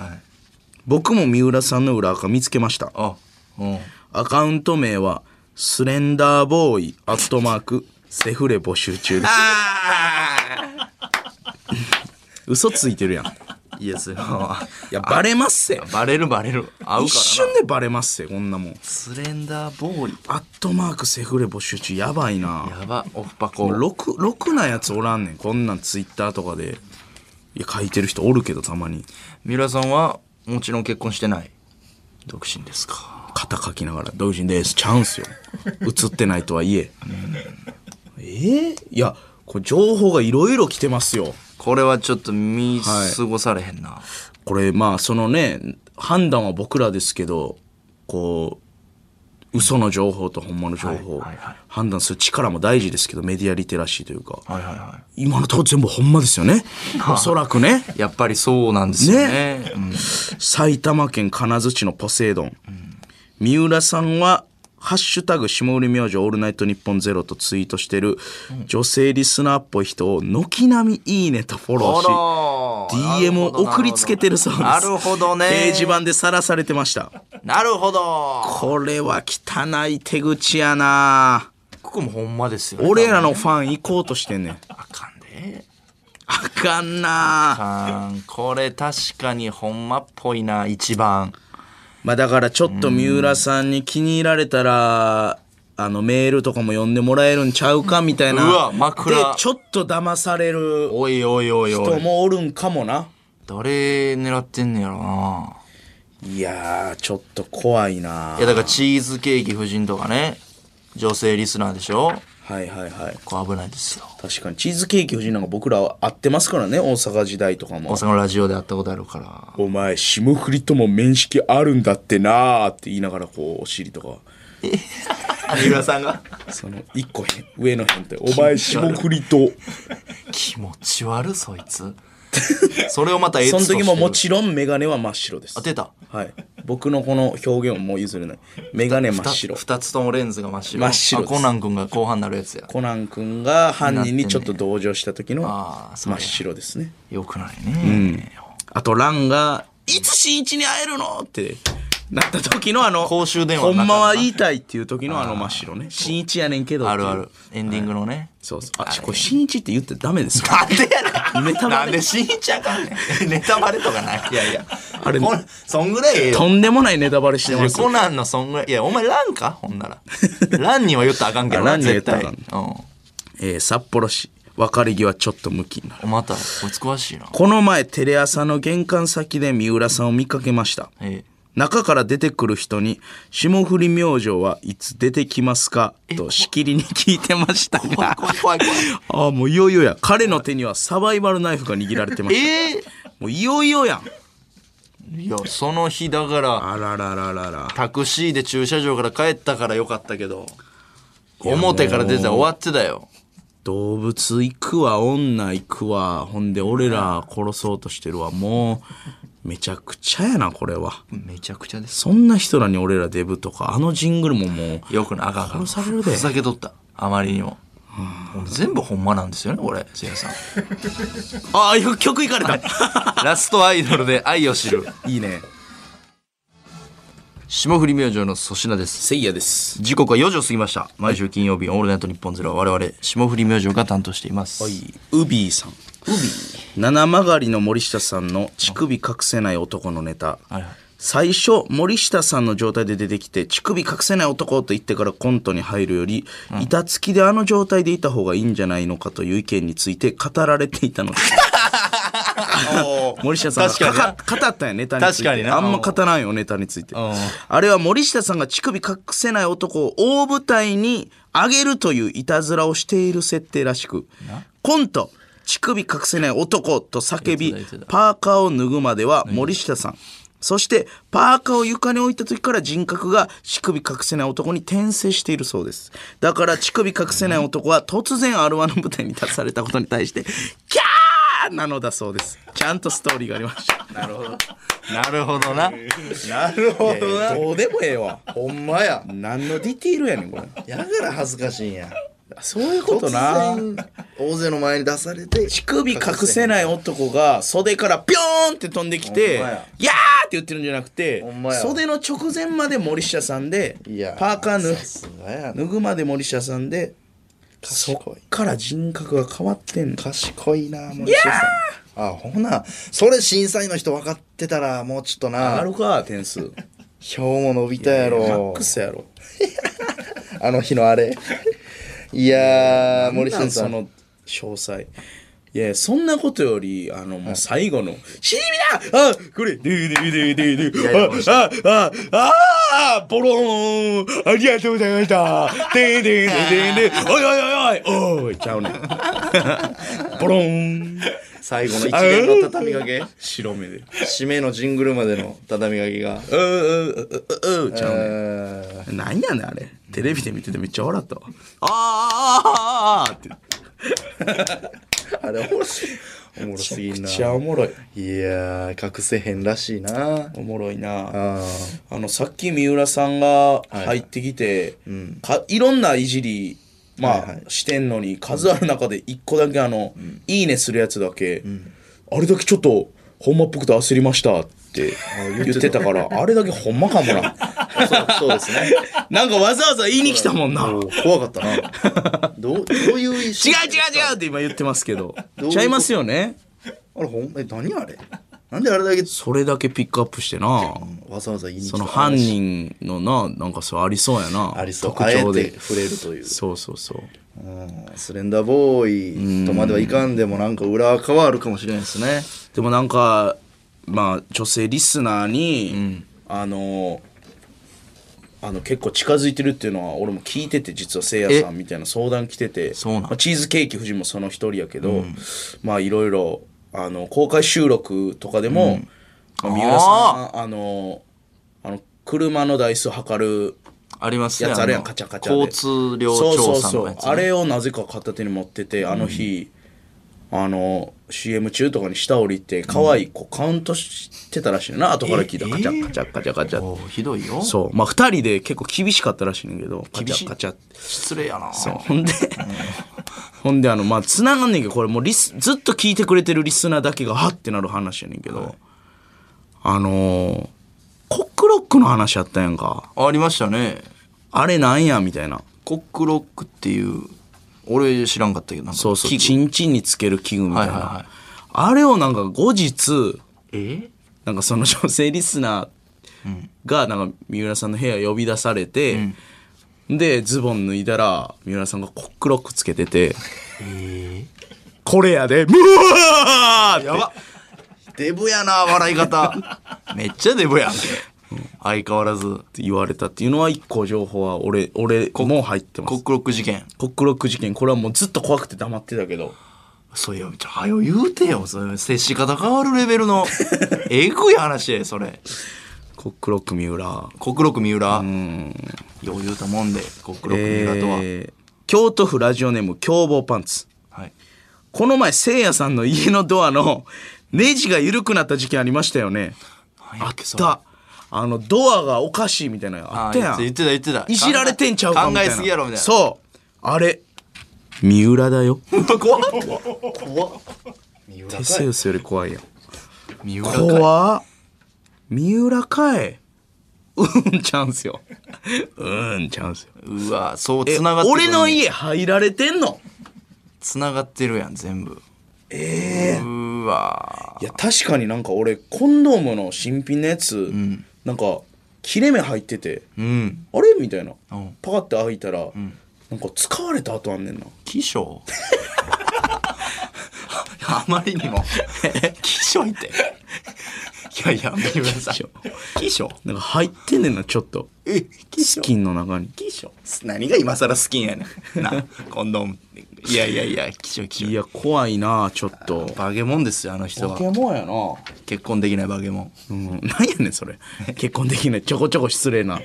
S2: 僕も三浦さんの裏垢見つけました
S1: あうん
S2: アカウント名はスレンダーボーイアットマークセフレ募集中です嘘ついてるやんい
S1: いやそれは
S2: やバレますせ
S1: バレるバレる合う
S2: 一
S1: からな
S2: 瞬でバレますせこんなもん
S1: スレンダーボーイ
S2: アットマークセフレ募集中やばいな
S1: やばオフパコ
S2: ろくろくなやつおらんねんこんなんツイッターとかでいや書いてる人おるけどたまに
S1: 三浦さんはもちろん結婚してない独身ですか
S2: 肩書きながら「同人です」チャンスよ映ってないとはいええーいやこれ情報がいろいろ来てますよ
S1: これはちょっと見過ごされへんな、
S2: これまあそのね判断は僕らですけどこう嘘の情報と本物の情報、
S1: はいはいはい
S2: 判断する力も大事ですけどメディアリテラシーというか
S1: はいはいは
S2: 今のところ全部ほんまで すよねおそらくね
S1: いやっぱりそうなんですよねうん
S2: 埼玉県金槌のポセイドン、三浦さんは「ハッシュタグ下売り明星オールナイトニッポンゼロとツイートしてる女性リスナーっぽい人を軒並み「いいね」とフォローし
S1: あら
S2: DM を送りつけてるそうです
S1: なるほどね
S2: 掲示板でさらされてました
S1: なるほど
S2: これは汚い手口やな
S1: ここもほんまですよね
S2: 俺らのファン行こうとしてんねん
S1: あかんで
S2: あかんな
S1: あーこれ確かにほんまっぽいな一番
S2: まあだからちょっと三浦さんに気に入られたら、あのメールとかも読んでもらえるんちゃうかみたいな。
S1: うわ枕
S2: で、ちょっと騙される
S1: おいおいおいお
S2: 人
S1: い
S2: もおるんかもな。
S1: 誰狙ってんねやろない
S2: やー、ちょっと怖いない
S1: やだからチーズケーキ夫人とかね女性リスナーでしょ
S2: はいはいはい。
S1: これ危ないですよ
S2: 確かに、チーズケーキ夫人なんか僕らは会ってますからね、大阪時代とか
S1: 大
S2: も。
S1: 阪のラジオで会ったことあるから
S2: お前、霜降りとも面識あるんだってなーって言いながら、こう、お尻とか。
S1: 三浦さんが
S2: その、一個へん上の辺って、お前、霜降り と。
S1: 気持ち悪いそいつそれをまたエ
S2: その時もも
S1: ち
S2: ちろんメガネは真っ白です。
S1: 当てた
S2: はい。僕のこの表現をもう譲れない。メガネ真っ白。
S1: 2つともレンズが真っ白
S2: 真っ白
S1: あ
S2: です
S1: コナン君が後半になるやつや
S2: コナン君が犯人にちょっと同情した時の
S1: ああそ
S2: 真
S1: う
S2: っ白ですね。
S1: よくないね、
S2: あと、ランが、いつ新一に会えるのってなった時のあの
S1: 公衆電話の中
S2: ほ
S1: の
S2: ん
S1: な
S2: まは言いたいっていう時のあの真っ白ね新一やねんけどって
S1: あ
S2: いう
S1: るあるエンディングのね、
S2: そうそうあこれ新一って言ってダメですよ
S1: なんでやねん
S2: ネタバレ
S1: なんでしんちゃんかんねんネタバレとかないいやいや
S2: あれ
S1: こんそんぐらいええよ
S2: とんでもないネタバレしてます
S1: コナンのそんぐらいいやお前ランかほん ならランには言ったらあかんけど
S2: あラ
S1: な
S2: ンには言
S1: 絶
S2: ったらあ
S1: 対、
S2: かん
S1: うん、
S2: えー札幌市別れ際ちょっと向きになる
S1: おまたこいつ詳しいな
S2: この前テレ朝の玄関先で三浦さんを見かけました
S1: え
S2: 中から出てくる人に「霜降り明星はいつ出てきますか?」としきりに聞いてました
S1: 怖い
S2: が
S1: 怖い怖い怖い
S2: ああもういよいよや彼の手にはサバイバルナイフが握られてました
S1: え
S2: もういよいよやん
S1: ーいやその日だから
S2: あららららら
S1: タクシーで駐車場から帰ったからよかったけど表から出てたら終わってたよ
S2: 動物行くわ女行くわほんで俺ら殺そうとしてるわもうめちゃくちゃやなこれは
S1: めちゃくちゃです
S2: そんな人らに俺らデブとかあのジングルももう
S1: よくないあかんあかん
S2: 殺されるで
S1: ふざけとったあまりにも俺全部ほんまなんですよね俺せいやさん
S2: ああよ曲いかれた
S1: ラストアイドルで愛を知る
S2: いいね
S1: 霜降り明星の粗品です
S2: せいやです
S1: 時刻は4時を過ぎました毎週金曜日、オールナイトニッポンゼロは我々霜降り明星が担当しています、
S2: ウビーさんウビー七曲りの森下さんの乳首隠せない男のネタ
S1: はいはい
S2: 最初森下さんの状態で出てきて乳首隠せない男と言ってからコントに入るより、板付きであの状態でいた方がいいんじゃないのかという意見について語られていたのです森下さんが
S1: 確か
S2: かか語ったんやネタについて
S1: 確かにな
S2: あんま語らんよネタについて
S1: ん
S2: あれは森下さんが乳首隠せない男を大舞台に上げるといういたずらをしている設定らしくコント乳首隠せない男と叫び
S1: 言ってた言ってた
S2: パーカーを脱ぐまでは森下さんそしてパーカーを床に置いた時から人格が乳首隠せない男に転生しているそうですだから乳首隠せない男は突然 r 1の舞台に立たされたことに対してキャーなのだそうですちゃんとストーリーがありましたなるほど
S1: なるほどな
S2: なるほどなどうでもええわ
S1: ほんまや
S2: 何のディティールやねんこれ
S1: やから恥ずかしいんや
S2: そういうことな
S1: 大勢の前に出されて
S2: 乳首隠せない男が袖からピョーンって飛んできて「
S1: ほん
S2: や
S1: ま
S2: ー!」っ
S1: や
S2: て言ってるんじゃなくて
S1: ほんまや
S2: 袖の直前まで森下さんでパ
S1: いや
S2: ーカー
S1: さ
S2: 脱
S1: すがやな
S2: 脱ぐまで森下さんでそ
S1: 賢い
S2: っから人格が変わってんの
S1: 賢いな森下さんあほなそれ審査員の人分かってたらもうちょっと
S2: あ
S1: な
S2: るか点数
S1: 票も伸びたや
S2: マ
S1: ろ
S2: ックスやろ
S1: あの日のあれいやー森
S2: な
S1: 下
S2: ん
S1: さ
S2: そ
S1: ん
S2: の詳細いやそんなことよりあのもう最後の「しじみだあこれドゥドゥドゥドゥド
S1: やいやもう
S2: ゥあああああボローンありがとうございましたでんでんでんでんでんおいおいおいおいおいちゃうねんボローン
S1: 最後の一連の畳みかけ
S2: 白目で
S1: 締めのジングルまでの畳みかけが
S2: うううううううちゃうねん
S1: えー
S2: なんやねんあれテレビで見ててめっちゃ笑ったわあーあーあーあーあーって
S1: あれおもろすおもろすぎん
S2: めっ
S1: な
S2: ちゃおもろい
S1: いやー隠せへんらしいな
S2: おもろいな
S1: あ
S2: あのさっき三浦さんが入ってきて、いかいろんないじり、まあ
S1: はいはい
S2: してんのに数ある中で一個だけあの、いいねするやつだけ、あれだけちょっとほんまっぽくて焦りましたって
S1: 言って
S2: 言
S1: た
S2: ってたからあれだけほんまかもな
S1: ー そうそうですね
S2: なんかわざわざ言いに来たもんな違う違う
S1: お怖かったなどうどういう 違う違う
S2: 違うって今言ってますけど
S1: ういうこと
S2: ちゃいますよね
S1: あれほんえ何あれなんであれだけ
S2: それだけピックアップしてな
S1: わざわざ言いに来
S2: そ
S1: た
S2: の犯人のななんかそうありそうやな
S1: ありそう
S2: 特
S1: あえ
S2: 徴
S1: て
S2: で
S1: 触れるという
S2: そうそうそう
S1: うんスレンダーボーイとまではいかんでもなんか裏側はあるかもしれないですね
S2: でもなんかまあ女性リスナーに、あのあの結構近づいてるっていうのは俺も聞いてて実はせいやさんみたいな相談来てて
S1: そうなん
S2: まあチーズケーキ夫人もその一人やけど、まあいろいろあの公開収録とかでも、まあ三浦さんあのあの車の台数測る
S1: あります
S2: やつあるやんカチャカチャで
S1: 交通量調査のやつ、ね、
S2: そうそうそうあれをなぜか片手に持っててあの日、あの CM 中とかに下降りて可愛い子カウントしてたらしいねんな後から聞いた
S1: え
S2: カチャカチャカチャカチャ
S1: おうひどいよ
S2: そうまあ2人で結構厳しかったらしいねんけどカチ
S1: 厳しい
S2: ャカチャって
S1: 失礼やな
S2: そうほんでほんであのまあつながんねんけどこれもうリスずっと聞いてくれてるリスナーだけがハッてなる話やねんけど、あのーコックロロックの話あったやんか。
S1: ありましたね
S2: あれなんやみたいな。
S1: コックロックっていう俺知らんかったけどなんか
S2: そうそう、
S1: 器具
S2: チンチンにつける器具みたいな。
S1: はいはいはい
S2: あれをなんか後日、
S1: え
S2: なんかその女性リスナーがなんか三浦さんの部屋呼び出されて、でズボン脱いだら三浦さんがコックロックつけてて「これやでムワー!」って
S1: やばデブやな笑い方 めっちゃデブやん相変わらず
S2: 言われたっていうのは一個情報は俺俺も入ってま
S1: コ
S2: す
S1: ックロック事件
S2: コックロック事件これはもうずっと怖くて黙ってたけど
S1: そういやちょはよ言うてよそれ接し方変わるレベル のえぐい話やそれ
S2: コックロック三浦
S1: コックロック三浦余裕たもんでコックロック三浦とは、
S2: えー京都府ラジオネーム凶暴パンツ
S1: はい
S2: この前せいやさんの家のドアのネジが緩くなった事件ありましたよね
S1: 何
S2: あ
S1: や
S2: っ
S1: けそれ
S2: たあのドアがおかしいみたいなのあ
S1: あ
S2: ったや
S1: ー
S2: ん
S1: 言ってた言ってた
S2: いじられてんちゃうか
S1: 考
S2: みたい
S1: え
S2: な
S1: すぎやろみたいな
S2: そうあれ三浦だよ
S1: うわ 怖っ怖っ三浦
S2: テセウスより怖いやん
S1: 三浦かい
S2: 怖っ三浦かい うんちゃうんすようんちゃうんすよ
S1: うわそう
S2: え
S1: つながってる
S2: 俺の家入られてんの
S1: つながってるやん全部
S2: ええ
S1: うわ
S2: いや確かになんか俺コンドームの新品のやつ、なんか切れ目入ってて
S1: うん
S2: あれみたいな、
S1: ん
S2: パカって開いたら、なんか使われた跡あんねんな
S1: 気 象あまりにも気象いていやいや三浦さん気象
S2: なんか入ってんねんなちょっと
S1: え気
S2: スキンの中に
S1: 気象何が今更好きんやねんなコンドームいやいやいや気象気
S2: い
S1: 象
S2: や怖いなちょっと
S1: バゲモンですよあの人は
S2: 化け物やな
S1: 結婚できないバゲモン
S2: うん、なんやねんそれ結婚できないちょこちょこ失礼な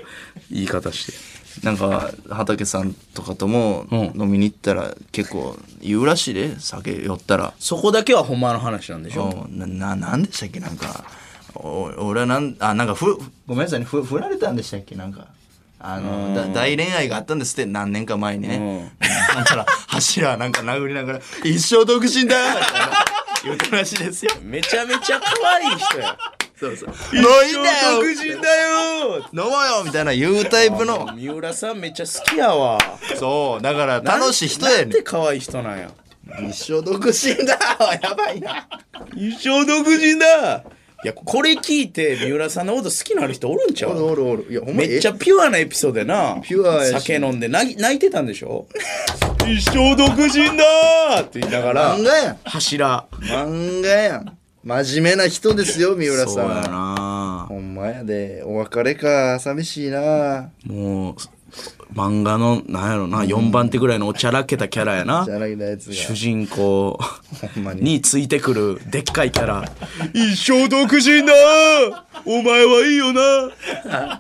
S2: 言い方して
S1: なんか畑さんとかとも
S2: うん
S1: 飲みに行ったら結構言うらしいで酒酔ったら
S2: そこだけはほんまの話なんでしょ
S1: おなななんでしたっけなんかお俺はなんあなんかふごめんなさいねふ振られたんでしたっけなんかあのだ大恋愛があったんですって何年か前にね、なんたら柱なんか殴りながら「一生独身だ!」みたいな言ったらしいですよ
S2: めちゃめちゃ可愛い人 や
S1: そうそう「飲いんだよ
S2: 人だよ
S1: 飲もうよ!」みたいな言うタイプの
S2: 三浦さんめっちゃ好きやわ
S1: そうだから楽しい人や
S2: なん
S1: ね
S2: て可愛い人なんや
S1: ん一生独身だ やばいな
S2: 一生独身だいやこれ聞いて三浦さんのこと好きになる人おるんちゃう
S1: るおるいやほん
S2: めっちゃピュアなエピソードやな
S1: ピュアやし
S2: 酒飲んで泣き泣いてたんでしょ一生独身だーって言いながら
S1: 漫画やん
S2: 柱
S1: 漫画やん真面目な人ですよ三浦
S2: そうや
S1: さん
S2: な
S1: ほんまやでお別れか寂しいな
S2: もう漫画のなんやろな4番手ぐらいのおちゃらけたキャラやな
S1: じゃらけたやつが
S2: 主人公
S1: ほんまに
S2: についてくるでっかいキャラ一生独身だお前はいいよな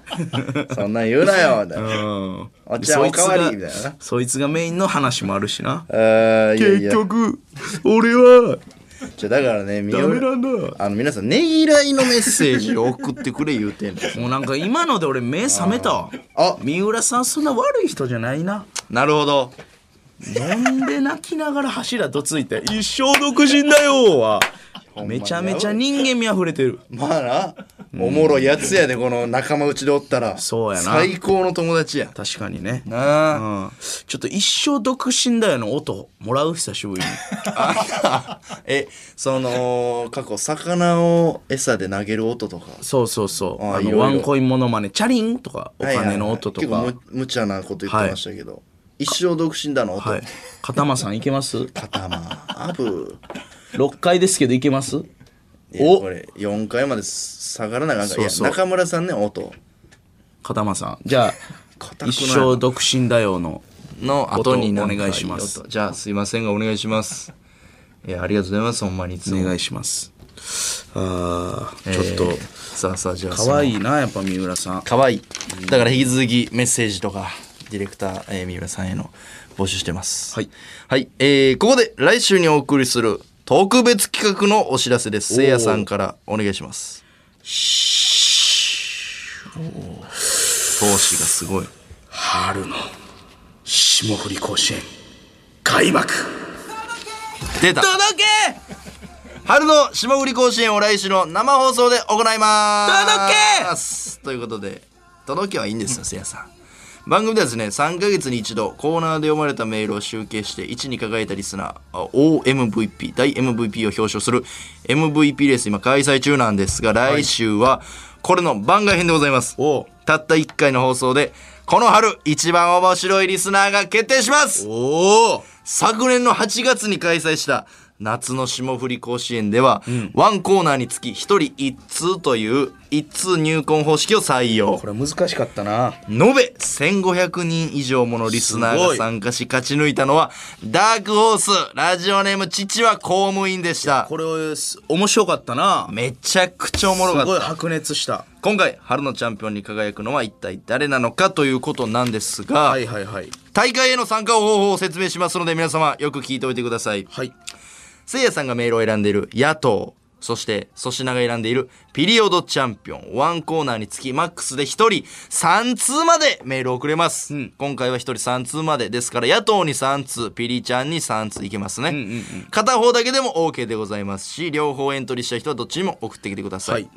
S1: そんなん言うなよみたいな
S2: うん
S1: お茶おかわりみたいなな
S2: そいつがメインの話もあるしな
S1: あーいやいや
S2: 局俺は
S1: じゃだからね三浦
S2: んだも
S1: あの皆さんねぎらいのメッセージを送ってくれ言うてんの
S2: うなんか今ので俺目覚めたわ
S1: あ
S2: 三浦さんそんな悪い人じゃないな
S1: なるほど
S2: 飲んで泣きながら柱どついて「一生独身だよ」はめちゃめちゃ人間味あふれてる
S1: まあなおもろいやつやでこの仲間内でおったら
S2: そうやな
S1: 最高の友達や
S2: 確かにねう
S1: なあ
S2: ん、ちょっと一生独身だよの音もらう久しぶりに
S1: えその過去魚を餌で投げる音とか
S2: そうそうそう
S1: あ
S2: あ
S1: いろいろ
S2: のワンコインモノマネチャリンとかお金の音とか、
S1: はいはいはい結構む無茶なこと言ってましたけど、一生独身だの音、
S2: はい。片間さんいけます
S1: 頭ア ブ
S2: ?6 回ですけどいけます
S1: いや
S2: お
S1: これ4回まで下がらなあかんからいや
S2: そうそう
S1: 中村さんね音
S2: 片間さん。じゃ
S1: 固
S2: あ、
S1: くない
S2: 一生独身だよの。
S1: の
S2: 後に
S1: お
S2: なんか
S1: 願いします
S2: いい
S1: じゃあすいませんがお願いしますいやありがとうございますほんまにいつ
S2: お
S1: も
S2: 願いします。ああ、ちょっと、
S1: さあさあじゃあ
S2: 可愛
S1: い
S2: いな、やっぱ三浦さん。
S1: かわいいだから引き続きメッセージとかディレクター、えー、三浦さんへの募集してます
S2: はい、
S1: はいえーここで来週にお送りする特別企画のお知らせですせいやさんからお願いします投資がすごい
S2: 春の霜降り甲子園、開幕
S1: 出た
S2: 届け
S1: 春の霜降り甲子園を来週の生放送で行いますますということで届きはいいんですよせいやさん番組ではですね3ヶ月に一度コーナーで読まれたメールを集計して1に輝いたリスナーあ OMVP 大 MVP を表彰する MVP レース今開催中なんですが来週はこれの番外編でございます、
S2: おう
S1: たった1回の放送でこの春一番面白いリスナーが決定します
S2: おお
S1: 昨年の8月に開催した夏の霜降り甲子園では、ワンコーナーにつき1人1通という1通入婚方式を採用
S2: これ難しかったな
S1: 延べ1500人以上ものリスナーが参加し勝ち抜いたのはダークホースラジオネーム父は公務員でした
S2: これす面白かったな
S1: めちゃくちゃおもろか
S2: すごい
S1: った
S2: 白熱した
S1: 今回春のチャンピオンに輝くのは一体誰なのかということなんですが、
S2: はいはいはい
S1: 大会への参加方法を説明しますので皆様よく聞いておいてください
S2: はい
S1: せいやさんがメールを選んでいる野党そして粗品が選んでいるピリオドチャンピオンワンコーナーにつきマックスで1人3通までメールを送れます、今回は1人3通までですから野党に3通ピリちゃんに3通いけますね、片方だけでも OK でございますし両方エントリーした人はどっちにも送ってきてくださ
S2: はいい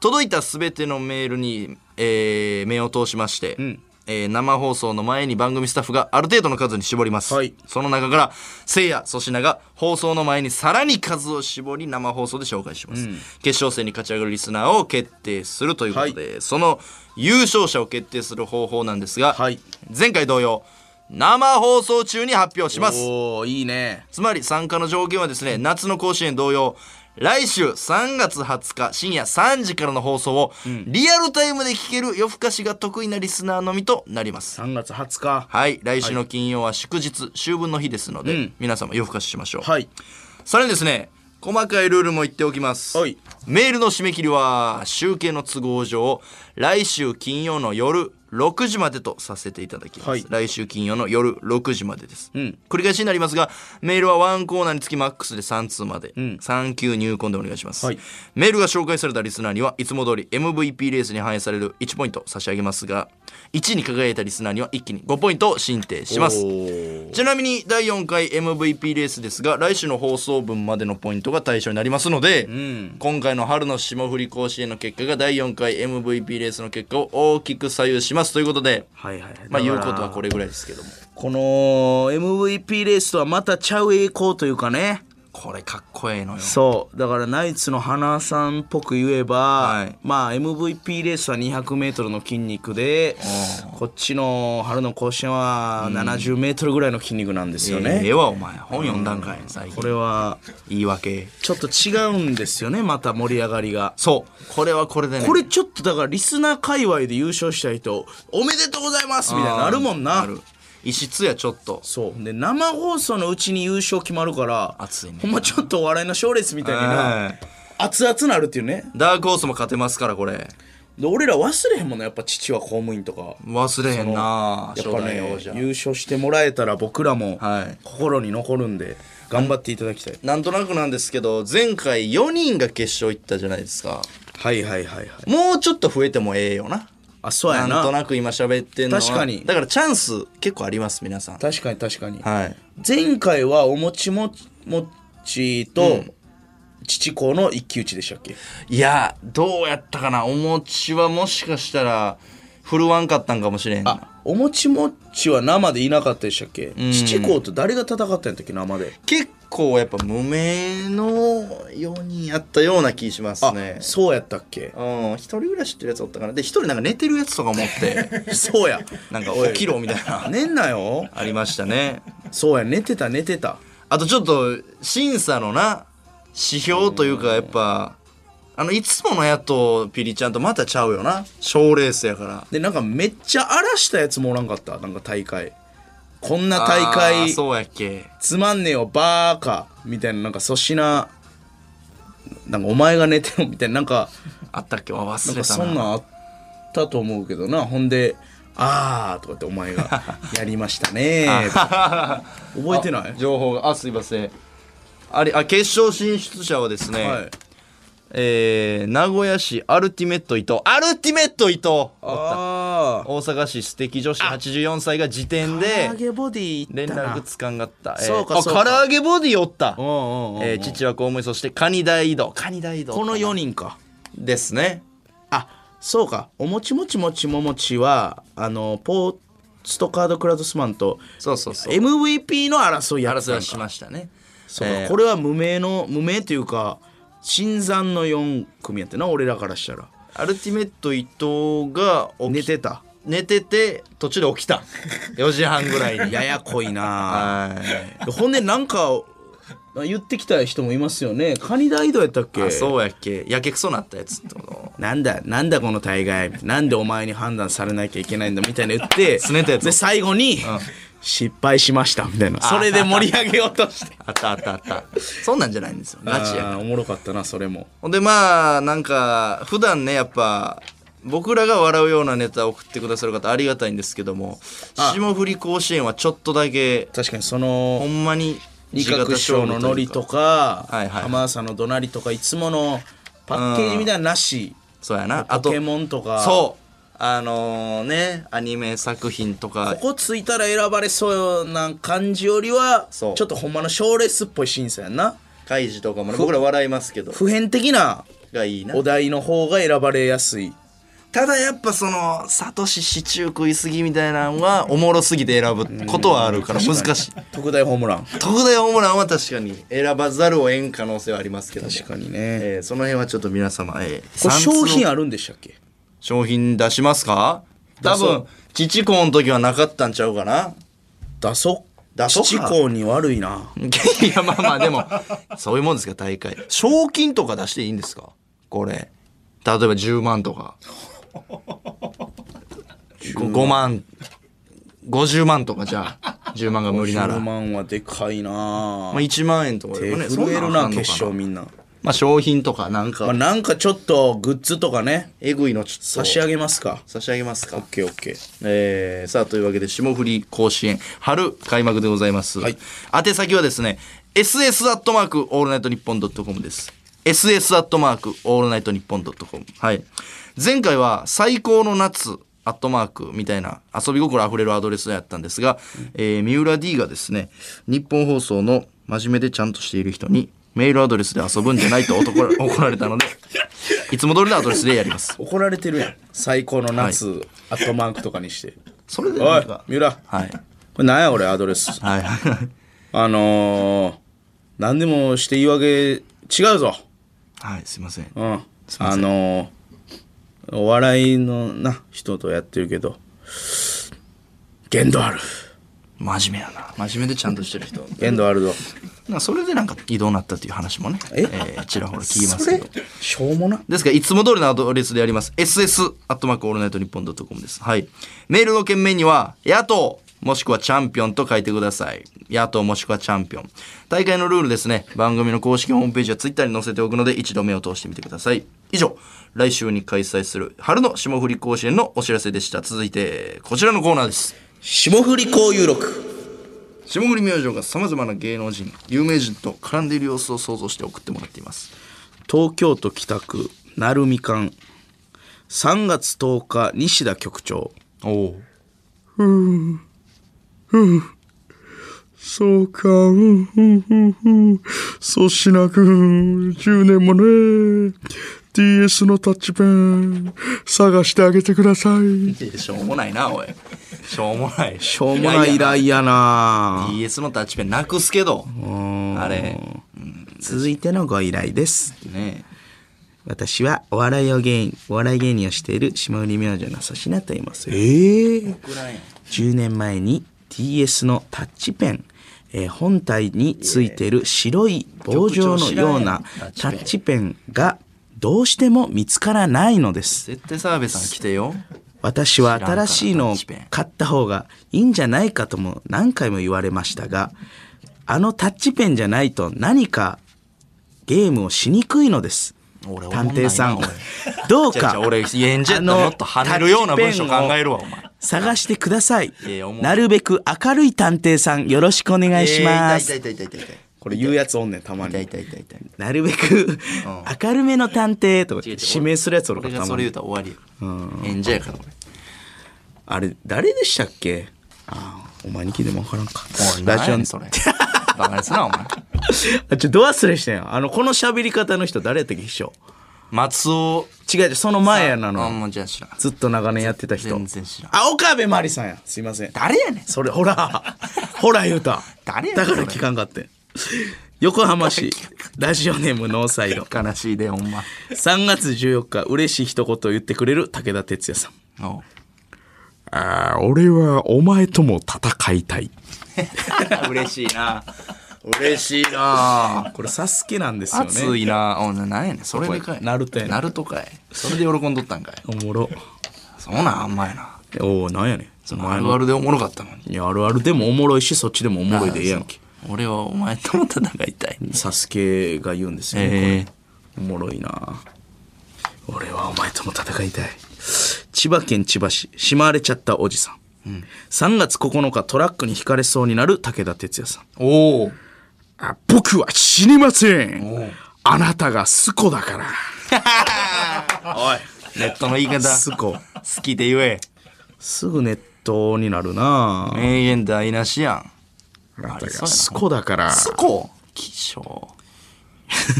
S1: 届いたすべてのメールに、えー、目を通しまして、えー生放送の前に番組スタッフがある程度の数に絞ります、
S2: はい
S1: その中からせいや粗品が放送の前にさらに数を絞り生放送で紹介します、決勝戦に勝ち上がるリスナーを決定するということで、その優勝者を決定する方法なんですが、
S2: はい
S1: 前回同様生放送中に発表します
S2: おおいいね
S1: つまり参加の条件はですね、夏の甲子園同様、来週3月20日深夜3時からの放送をリアルタイムで聞ける夜更かしが得意なリスナーのみとなります。
S2: 3月20日
S1: はい、来週の金曜は祝日、秋分の日ですので、皆様夜更かししましょう。
S2: はい
S1: さらにですね、細かいルールも言っておきます。
S2: はい
S1: メールの締め切りは集計の都合上、来週金曜の夜6時までとさせていただきます。
S2: はい
S1: 来週金曜の夜6時までです。
S2: ん
S1: 繰り返しになりますが、メールはワンコーナーにつきマックスで3通まで、3級入婚でお願いします、
S2: はい
S1: メールが紹介されたリスナーには、いつも通り MVP レースに反映される1ポイント差し上げますが、1に輝いたリスナーには一気に5ポイントを進呈します
S2: お。ー
S1: ちなみに第4回 MVP レースですが来週の放送分までのポイントが対象になりますので、今回の春の霜降り甲子園の結果が第4回 MVP レースの結果を大きく左右しますということで、
S2: はいはいはい
S1: まあ、言うこと
S2: だから
S1: はこれぐらいですけども
S2: この MVP レースとはまたちゃう栄光というかね
S1: これかっこええのよ
S2: そうだからナイツの花さんっぽく言えば、
S1: はい
S2: まあ MVP レースは 200m の筋肉でこっちの春の甲子園は 70m ぐらいの筋肉なんですよね、
S1: ええわお前本読んだんかい最近
S2: これは
S1: 言い訳
S2: ちょっと違うんですよねまた盛り上がりが
S1: そうこれはこれでね
S2: これちょっとだからリスナー界隈で優勝した人おめでとうございますみたいになるもんな
S1: ある異質やちょっと
S2: そうで生放送のうちに優勝決まるから
S1: 熱いね
S2: ほんまちょっとお笑いの賞レースみたいにな、
S1: はい
S2: 熱々なるっていうね
S1: ダークホースも勝てますからこれ
S2: で俺ら忘れへんもんなやっぱ父は公務員とか
S1: 忘れへんな
S2: や
S1: 初
S2: っぱ
S1: 代
S2: ね
S1: 王者
S2: 優勝してもらえたら僕らも
S1: はい
S2: 心に残るんで頑張っていただきたい
S1: なんとなくなんですけど前回4人が決勝行ったじゃないですか
S2: はいはいはいはい
S1: もうちょっと増えてもええよな
S2: あそうや
S1: な
S2: なん
S1: となく今喋ってんのは
S2: 確かに
S1: だからチャンス結構あります皆さん
S2: 確かに確かに、
S1: はい
S2: 前回はおもちももちと、父子の一騎打ちでしたっけ
S1: いやどうやったかなお餅はもしかしたら振るわんかったんかもしれんな
S2: あおもちもちは生でいなかったでしたっけ、父子と誰が戦ったんやったっけ生で
S1: 結構やっぱ無名の4人やったような気します
S2: あ、
S1: ね
S2: そうやったっけ
S1: うん一人ぐらい知ってるやつおったかなで一人なんか寝てるやつとか持って
S2: そうや
S1: なんか起きろみたい な
S2: 寝んなよ
S1: ありましたね
S2: そうや寝てた寝てた
S1: あとちょっと審査のな指標というかやっぱあのいつものやとピリちゃんとまたちゃうよな賞レースやから
S2: でなんかめっちゃ荒らしたやつもおらんかったなんか大会こんな大会
S1: あーそうやっけ
S2: つまんねえよバーカみたいななんか粗品なんかお前が寝てろみたいななんか
S1: あったっけあ
S2: な
S1: 忘
S2: ん
S1: れ
S2: か
S1: た
S2: そ
S1: なん
S2: なんあったと思うけどなほんで「あー」とかってお前 が「やりましたねー」覚えてない
S1: 情報があすいませんあれあ決勝進出者はですね、
S2: はい
S1: えー名古屋市アルティメット伊藤アルティメット伊藤
S2: ああ
S1: 大阪市素敵女子84歳が時点で
S2: 唐揚げボディい
S1: 連
S2: ったな
S1: 絡つかんがった
S2: そうか
S1: あ
S2: そうか
S1: 唐揚げボディおった
S2: うんうんうんうん
S1: えー父は公務員そしてカニ大移動カニ大移動
S2: この4人か
S1: ですね
S2: あそうかおもちもちもちももちはあのポーストカードクラウドスマンと
S1: そうそうそう
S2: MVP の争いやった
S1: 争い
S2: ん
S1: は
S2: か
S1: しましたね
S2: そうか、
S1: えー
S2: これは無名の無名というか新参の4組やってな俺らからしたら
S1: アルティメット伊藤が起き
S2: 寝てた
S1: 寝てて途中で起き た4時半ぐらいに
S2: ややこいな
S1: はい
S2: ほんでなんか言ってきた人もいますよねカニ大道やったっけ
S1: あそうやっけやけくそなったやつってこと
S2: なんだなんだこの大概なんでお前に判断されなきゃいけないんだみたいな言って
S1: 拗ねたやつ
S2: で最後に、失敗しましたみたいなそれで盛り上げようとして
S1: あったあったあったそんなんじゃないんですよ ガチやから
S2: あーおもろかったなそれも
S1: ほんでまあなんか普段ねやっぱ僕らが笑うようなネタを送ってくださる方ありがたいんですけども霜降り甲子園はちょっとだけ
S2: 確かに
S1: ほ
S2: その
S1: んまに
S2: 二角師匠のノリと
S1: か
S2: か
S1: はいはい
S2: 浜田さんの怒鳴りとかいつものパッケージみたいなのなし
S1: そうやなあ
S2: ポ
S1: と
S2: ケモンとか
S1: そうあのねアニメ作品とか
S2: ここついたら選ばれそうな感じよりはち
S1: そ
S2: ょ
S1: う
S2: っとほんまの賞レースっぽい審査やんな
S1: カイジとかもね僕ら笑いますけど
S2: 普遍的な
S1: がいいな
S2: お題の方が選ばれやすい
S1: ただやっぱそのサトシシチュー食いすぎみたいなのはおもろすぎて選ぶことはあるから難しい
S2: 特大ホームラン
S1: 特大ホームランは確かに選ばざるを得ん可能性はありますけども
S2: 確かにね、
S1: えーその辺はちょっと皆様、えー
S2: これ商品
S1: あ
S2: あるんでしたっけ
S1: 商品出しますか
S2: 出
S1: 多
S2: そう
S1: 分父子の時はなかったんちゃうかな
S2: 出そ
S1: 出そ
S2: 父公に悪いない
S1: やまあまあでもそういうもんですか大会賞金とか出していいんですかこれ例えば10万とか5万50万とかじゃあ10万が無理なら、
S2: 10
S1: ま
S2: 万はでかいな、
S1: あ、1万円とか
S2: 手
S1: でもね
S2: 震え
S1: そん
S2: る
S1: なんあ
S2: なん
S1: のか
S2: 決勝みんな、
S1: まあ商品とかなん
S2: まあ、
S1: か
S2: なんかちょっとグッズとかね
S1: えぐいのちょっと
S2: 差し上げますか
S1: 差し上げますか
S2: OKOK
S1: えーさあというわけで霜降り甲子園春開幕でございます、
S2: はい
S1: 宛先はですね SS アットマークオールナイトニッポンドットコムです SS アットマークオールナイトニッポンドットコムはい前回は最高の夏アットマークみたいな遊び心あふれるアドレスやったんですが、えー三浦 D がですね日本放送の真面目でちゃんとしている人にメールアドレスで遊ぶんじゃないと 男ら怒られたのでいつも通りのアドレスでやります
S2: 怒られてるやん最高の夏、アットマークとかにして
S1: それで
S2: お
S1: ないんか
S2: 三浦
S1: はい
S2: これなんや俺アドレス
S1: はいはい
S2: あのー、何でもして言い訳違うぞ
S1: はい、すいません。
S2: うんあのー、お笑いのな人とやってるけど限度ある
S1: 真面目やな。真面目でちゃんとしてる人。
S2: 限度あるぞ
S1: なそれでなんか異動になったっていう話もね、え
S2: え
S1: ー、ちらほら聞きますけど
S2: そ。れしょうもな
S1: ですから、いつも通りのアドレスでやります。ss、アットマークオールナイトニッポンドットコムです。はい。メールの件名には、野党、もしくはチャンピオンと書いてください。野党もしくはチャンピオン。大会のルールですね。番組の公式ホームページやツイッターに載せておくので、一度目を通してみてください。以上、来週に開催する春の霜降り甲子園のお知らせでした。続いて、こちらのコーナーです。
S2: 霜降り交友録
S1: 霜降り明星がさまざまな芸能人有名人と絡んでいる様子を想像して送ってもらっています
S2: 東京都北区鳴海館3月10日西田局長
S1: おお
S2: そうか、うん、うん、うん、うん。そうしなく、10年もね、DS のタッチペン、探してあげてください。
S1: しょうもないなおいしょうもない
S2: しょうもない依頼やな
S1: DS のタッチペンなくすけどあれ
S2: 続いてのご依頼です。
S1: ね
S2: 私はお笑いを芸人、お笑い芸人をしている下売り明星の粗品と言います。ええ10年前に DS のタッチペン、えー本体についている白い棒状のようなタッチペンがどうしても見つからないのです。
S1: 絶対澤部さん来てよ
S2: 私は新しいのを
S1: 知らんからタッチペン
S2: 買った方がいいんじゃないかとも何回も言われましたが、あのタッチペンじゃないと何かゲームをしにくいのです。
S1: 俺
S2: 探偵さん
S1: おもんないな、
S2: どう
S1: じゃあじ
S2: か
S1: ゃあ、俺エンジェットもっと跳ねるような文章考えるわお前
S2: 探してください
S1: いやいやおも。ろい
S2: なるべく明るい探偵さん、よろしくお願いします。
S1: えー痛い痛い痛い痛い痛い
S2: これ言うやつおんねん、たま
S1: 痛い。痛い痛い痛い
S2: なるべく、明るめの探偵とか
S1: 違う違う
S2: 指名するやつおるか
S1: 俺
S2: ら、
S1: が
S2: た
S1: そ
S2: ま
S1: れ言
S2: に
S1: う。たら終わりよ演者やから俺
S2: あれ、誰でしたっけあーお前に聞いてもわからんか。
S1: おい
S2: ラ
S1: 何や
S2: ジオ
S1: ね
S2: の
S1: んそ れバカにすなお前
S2: あ、ちょ、ド忘れしてんよあの、この喋り方の人誰やったっけ、秘書。
S1: 松尾
S2: 違う違うその前やな
S1: あん
S2: の
S1: まじゃあ知らん
S2: ずっと長年やってた人
S1: 全然知らん
S2: あ岡部真理さんやすいません
S1: 誰やねん
S2: それほら ほら言うた
S1: 誰やね
S2: だ
S1: ん
S2: から
S1: それ
S2: 聞かんかってん横浜市ラジオネームノーサイ ド
S1: 悲しいでほんま
S2: 3月14日嬉しい一言を言ってくれる武田鉄矢さん
S1: おう
S2: ああ俺はお前とも戦いたい
S1: 嬉しいな 嬉しいな
S2: これサスケなんですよね
S1: 熱いなおななんやねんそれでかい
S2: ナルトやねん
S1: ナルトかいそれで喜んどったんかい
S2: おもろ
S1: そうなんあんまやな
S2: おおなんやねん
S1: そのあるあるでおもろかったのに
S2: いやあるあるでもおもろいしそっちでもおもろいでええやんけ
S1: そう俺はお前とも戦いたい
S2: サスケが言うんですよね、
S1: ええ
S2: おもろいな俺はお前とも戦いたい千葉県千葉市しまわれちゃったおじさん、3月9日トラックにひかれそうになる武田鉄矢さん
S1: おお
S2: あ僕は死にませんあなたがスコだからおい
S1: ネットの言い方
S2: スコ
S1: 好きで言え
S2: すぐネットになるなあ
S1: 名言台無しやん
S2: なた
S1: ありそうや
S2: が
S1: な
S2: スコだから好
S1: こ希少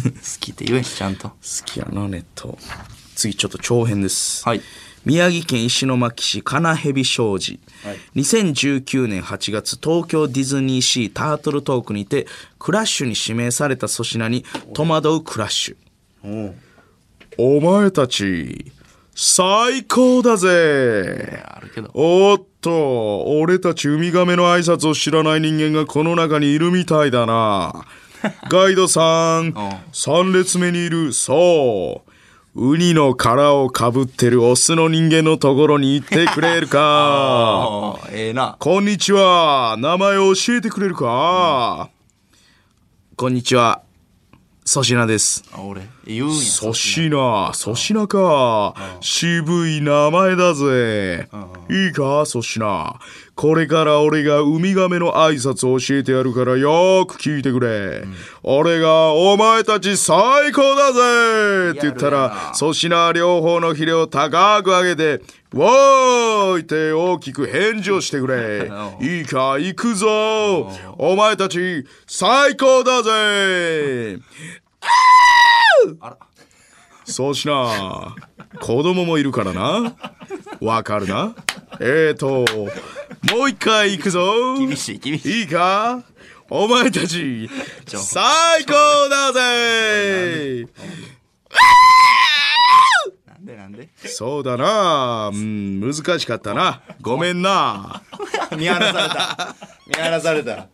S1: 好きって言えちゃんと
S2: きやなネット次ちょっと長編です
S1: はい
S2: 宮城県石巻市金蛇商事、2019年8月東京ディズニーシータートルトークにてクラッシュに指名された粗品に戸惑うクラッシュお前たち最高だぜ
S1: あるけど
S2: おっと俺たちウミガメの挨拶を知らない人間がこの中にいるみたいだ なガイドさん3列目にいるそうウニの殻をかぶってるオスの人間のところに行ってくれる か
S1: ああええな
S2: こんにちは名前を教えてくれるか、こんにちは粗品です
S1: あ俺言うんや
S2: 粗品、粗品か。渋い名前だぜ。いいか、粗品。これから俺がウミガメの挨拶を教えてやるからよく聞いてくれ。俺がお前たち最高だぜって言った
S1: リアルや
S2: ら、粗品両方のヒレを高く上げて、わーいって大きく返事をしてく れ。いいか、行くぞお前たち最高だぜそうしな。子供もいるから な。わかるな。えーと、もう一回行くぞ。
S1: 厳しい厳しい
S2: いいかお前たち、最高だぜ
S1: なんでなんで
S2: そうだな。うん、難しかったな。ごめんな。
S1: 見放された 見放された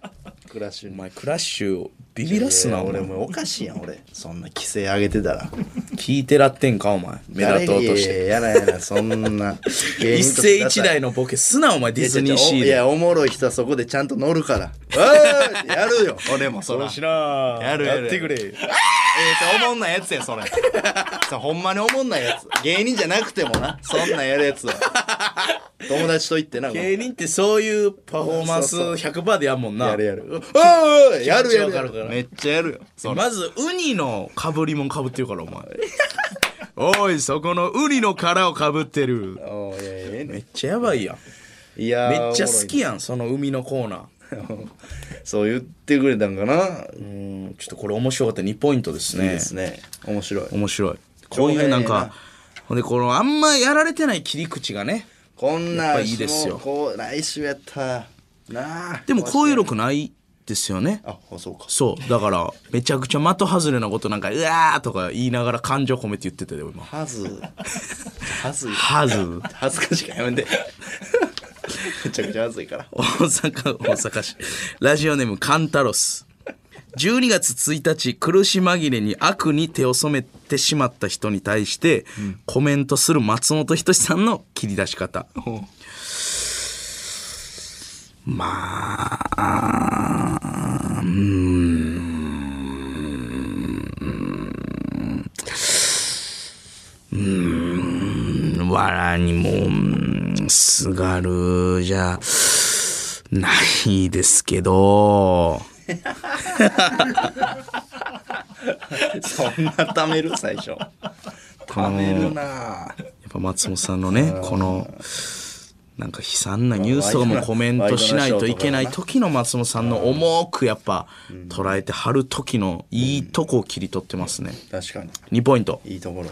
S1: クラッシュに
S2: 前、クラッシュ、ビビらす
S1: いや俺もうおかしいやん俺そんな規制上げてたら
S2: 聞いてらってんか、お前。目立とうとして。
S1: てやらやらそんな
S2: 一
S1: 一
S2: 世一代のボケすな、お前、ディズニーシー
S1: い
S2: で。
S1: やおもろい人はそこでちゃんと乗るからおい やるよ俺もそら
S2: しな。
S1: やるやる
S2: ってくれ。
S1: えー、それおもんないやつやそれそれほんまにおもんないやつ芸人じゃなくてもなそんなんやるやつは 友達と行ってな
S2: 芸人ってそういうパフォーマンス
S1: そう
S2: 100%でやんもんな
S1: やるやるおいやるや
S2: 気持ちわかる
S1: る
S2: から
S1: めっちゃやるよそら
S2: まずウニのかぶりもんかぶってるからお 前おいそこのウニの殻をかぶってる
S1: おいやいやええね
S2: めっちゃやばいやん
S1: いや
S2: め
S1: ー
S2: っちゃ好きやんその海のコーナー
S1: おもろいな そう言ってくれたんかな
S2: うんちょっとこれ面白かった2ポイントですね
S1: いいですね面白い
S2: 面白いこういうな
S1: 長編
S2: ん
S1: や
S2: か
S1: な
S2: ほんでこのあんまやられてない切り口がね
S1: こん
S2: やっ
S1: な
S2: ぱ
S1: ん
S2: いいですよ
S1: もうこう来週やったらなあ
S2: でもこういう力ないですよね
S1: ああそうか
S2: そうだからめちゃくちゃ的外れなことなんか「うわー」とか言いながら感情込めて言ってたよ今
S1: はずはずい
S2: はず
S1: 恥ずかしいからやめて めちゃくちゃ恥ずいから
S2: 大阪大阪市ラジオネームカンタロス12月1日苦し紛れに悪に手を染めてしまった人に対して、コメントする松本人志さんの切り出し方まあうーんうーんわらにもうんすがるじゃないですけど
S1: そんなためる最初ためるなあ
S2: やっぱ松本さんのねこのなんか悲惨なニュースとかもコメントしないといけない時の松本さんの重くやっぱ捉えてはる時のいいとこを切り取ってますね。
S1: 確かに
S2: 2ポイント。
S1: いいところ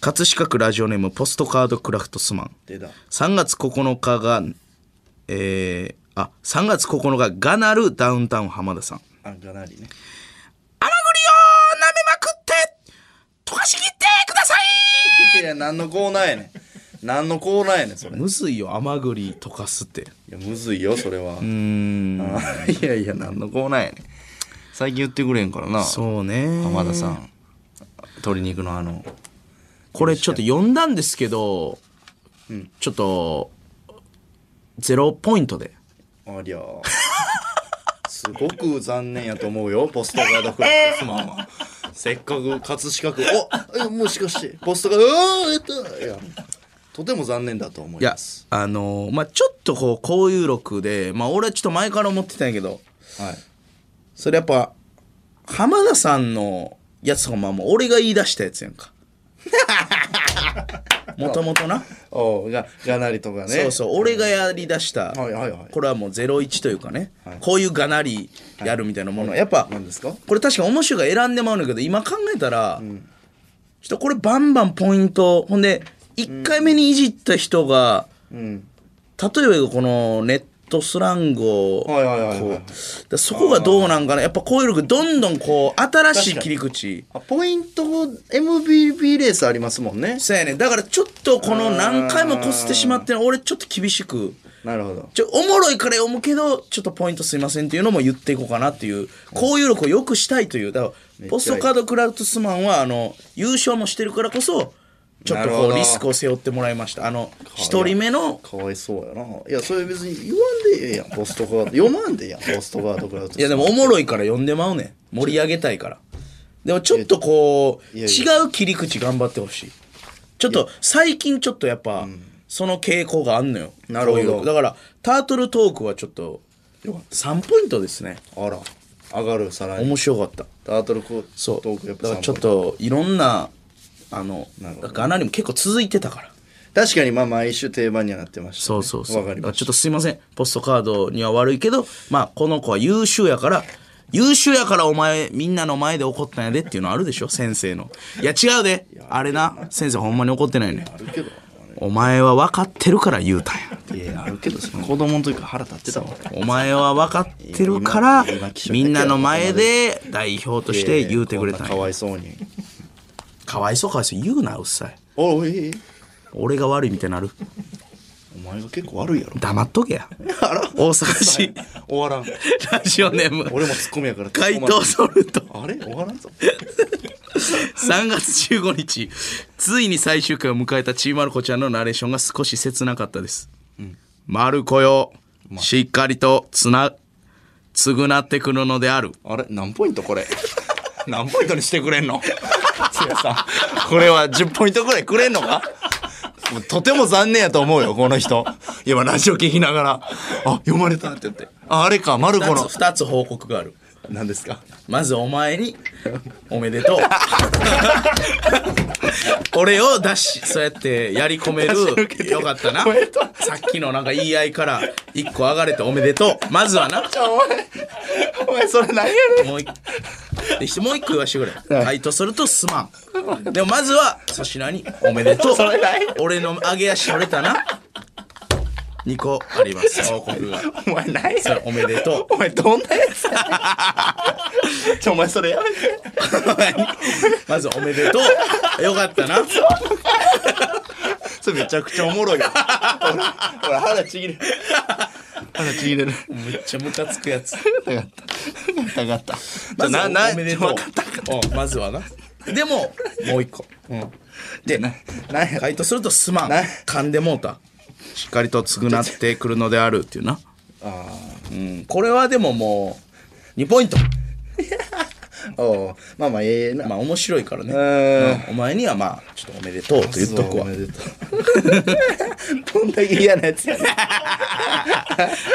S2: 葛飾区ラジオネームポストカードクラフトスマン。
S1: 出た
S2: 3月9日が、えー、あ、3月9日がなるダウンタウン浜田さん。
S1: あがなりね
S2: 甘栗を舐めまくって、溶かしきってくださ
S1: い
S2: い
S1: や何のコーナーやねん何のコーナーやねんそれい
S2: むずいよ、甘栗溶かすって。
S1: やむずいよそれは
S2: うーん。
S1: あいやいや何のコーナーやねん最近言ってくれへんからな
S2: そうね。
S1: 浜田さん鶏肉のあの
S2: これちょっと読んだんですけど、ちょっと、ゼロポイントで。
S1: ありゃ ーすごく残念やと思うよポストカードクラフトスマンはせっかく葛飾区おえもしかしてポストカードうわーやったいやとても残念だと思い
S2: いや
S1: ま、す
S2: あのーまあちょっとこう、こういう録で、まあ俺はちょっと前から思ってたんやけど、
S1: はい
S2: それやっぱ、浜田さんのやつとかまあもう俺が言い出したやつやん か。もともとな。
S1: おうががなりとかね
S2: そうそう、俺がやり出した、
S1: はいはいはい
S2: これはもう01というかね、こういうがなりやるみたいなもの、やっぱ、
S1: 何ですか
S2: これ確か面白いが選んでまうんだけど、今考えたら、ちょっとこれバンバンポイント、ほんで、1回目にいじった人が、
S1: うん
S2: 例えばこのネットスラングを、
S1: はいはいはいはい
S2: こうだからそこがどうなんかなやっぱこういうのどんどんこう新しい切り口
S1: あポイント MVP レースありますもんね
S2: そうやねだからちょっとこの何回もこすってしまってる俺ちょっと厳しく
S1: なるほど
S2: ちょおもろいから読むけどちょっとポイントすいませんっていうのも言っていこうかなっていうこういうのを良くしたいというだからポストカードクラウトスマンはあの優勝もしてるからこそちょっと
S1: なる
S2: こ
S1: ほ
S2: う
S1: ど
S2: リスクを背負ってもらいましたあの一人目の
S1: かわいそうやないやそれ別に言わんでええやんポストカード読まんでええやんポストカードクラフトスマン
S2: いやでもおもろいから読んでまうねん盛り上げたいからでもちょっとこう
S1: いや
S2: 違
S1: いや
S2: う切り口頑張ってほしいちょっと最近ちょっとやっぱその傾向があんのよ
S1: なるほど
S2: こういうだからタートルトークはちょっと3ポイントですね
S1: あら上がるさらに
S2: 面白かった
S1: タートルコー
S2: そう
S1: トークやっぱ
S2: だからちょっ
S1: 三
S2: といろんなあの
S1: なるほど
S2: ガナにも結構続いてたから
S1: 本確かにまあ毎週定番にはなってました、ね、
S2: そうそうそう
S1: わかり
S2: だから
S1: まし
S2: ちょっとすいませんポストカードには悪いけどまあこの子は優秀やから優秀やからお前みんなの前で怒ったんやでっていうのあるでしょ先生のいや違うであれな先生ほんまに怒ってないね
S1: たあるけど
S2: お前は分かってるから言うたんや
S1: いやあるけどその子供の時から腹立ってたわ
S2: お前は分かってるから
S1: いや今今気象
S2: みんなの前で代表として言うてくれた
S1: こ
S2: ん
S1: んなか
S2: や
S1: わいそうに
S2: かわいそうかわいそう言うなうっさい
S1: おいおい
S2: 俺が悪いみたいになる
S1: お前が結構悪いやろ
S2: 黙っとけや大阪市
S1: 終わらん
S2: ラジオネーム
S1: 俺もツッコミやから
S2: 回答ソルト
S1: あれ終わらんぞ
S2: 3月15日ついに最終回を迎えたちーまる子ちゃんのナレーションが少し切なかったです、まる子よしっかりとつな償ってくるのである
S1: あれ何ポイントこれ何ポイントにしてくれんのつやさん
S2: これは10ポイントぐらいくれんのか
S1: もうとても残念やと思うよこの人今ラジオ聞きながら「あ読まれた」って言って「ああれかマルコの
S2: 2, つ2つ報告がある
S1: 何ですか
S2: まずお前におめで とう俺を出しそうやってやり込めるよかったなさっきのなんか言い合いから1個上がれておめでとうまずはな
S1: お前お前それ何や
S2: もう一でひもう一個言わしてくれ。はい、とするとすまん。でもまずは粗品におめでとう。俺の揚げ足取れたな。2個あります。報告が。
S1: ねんお前何や
S2: それおめでと
S1: お前どんなやつやねんちょお前それやめて
S2: う。 まずおめでとう。よかったな。
S1: それめちゃくちゃおもろい よほら腹ちぎれる腹ちぎれる
S2: めっちゃムカつくやつ。
S1: 分かった分かった分かった
S2: まずは
S1: なな
S2: おめでと
S1: 分
S2: う
S1: かった分かっ。
S2: うんまずはな。でも、もう一個。
S1: たでな何や
S2: 回答するとすまん。
S1: な
S2: 噛んでもうた。しっかりと償ってくるのであるっていうな。うん、これはでももう、2ポイント。
S1: おうまあまあええな
S2: まあ面白いからね、
S1: うん
S2: うんお前にはまあちょっとおめでとうと言っとくわ
S1: おめでとうどんだけ嫌なやつやねん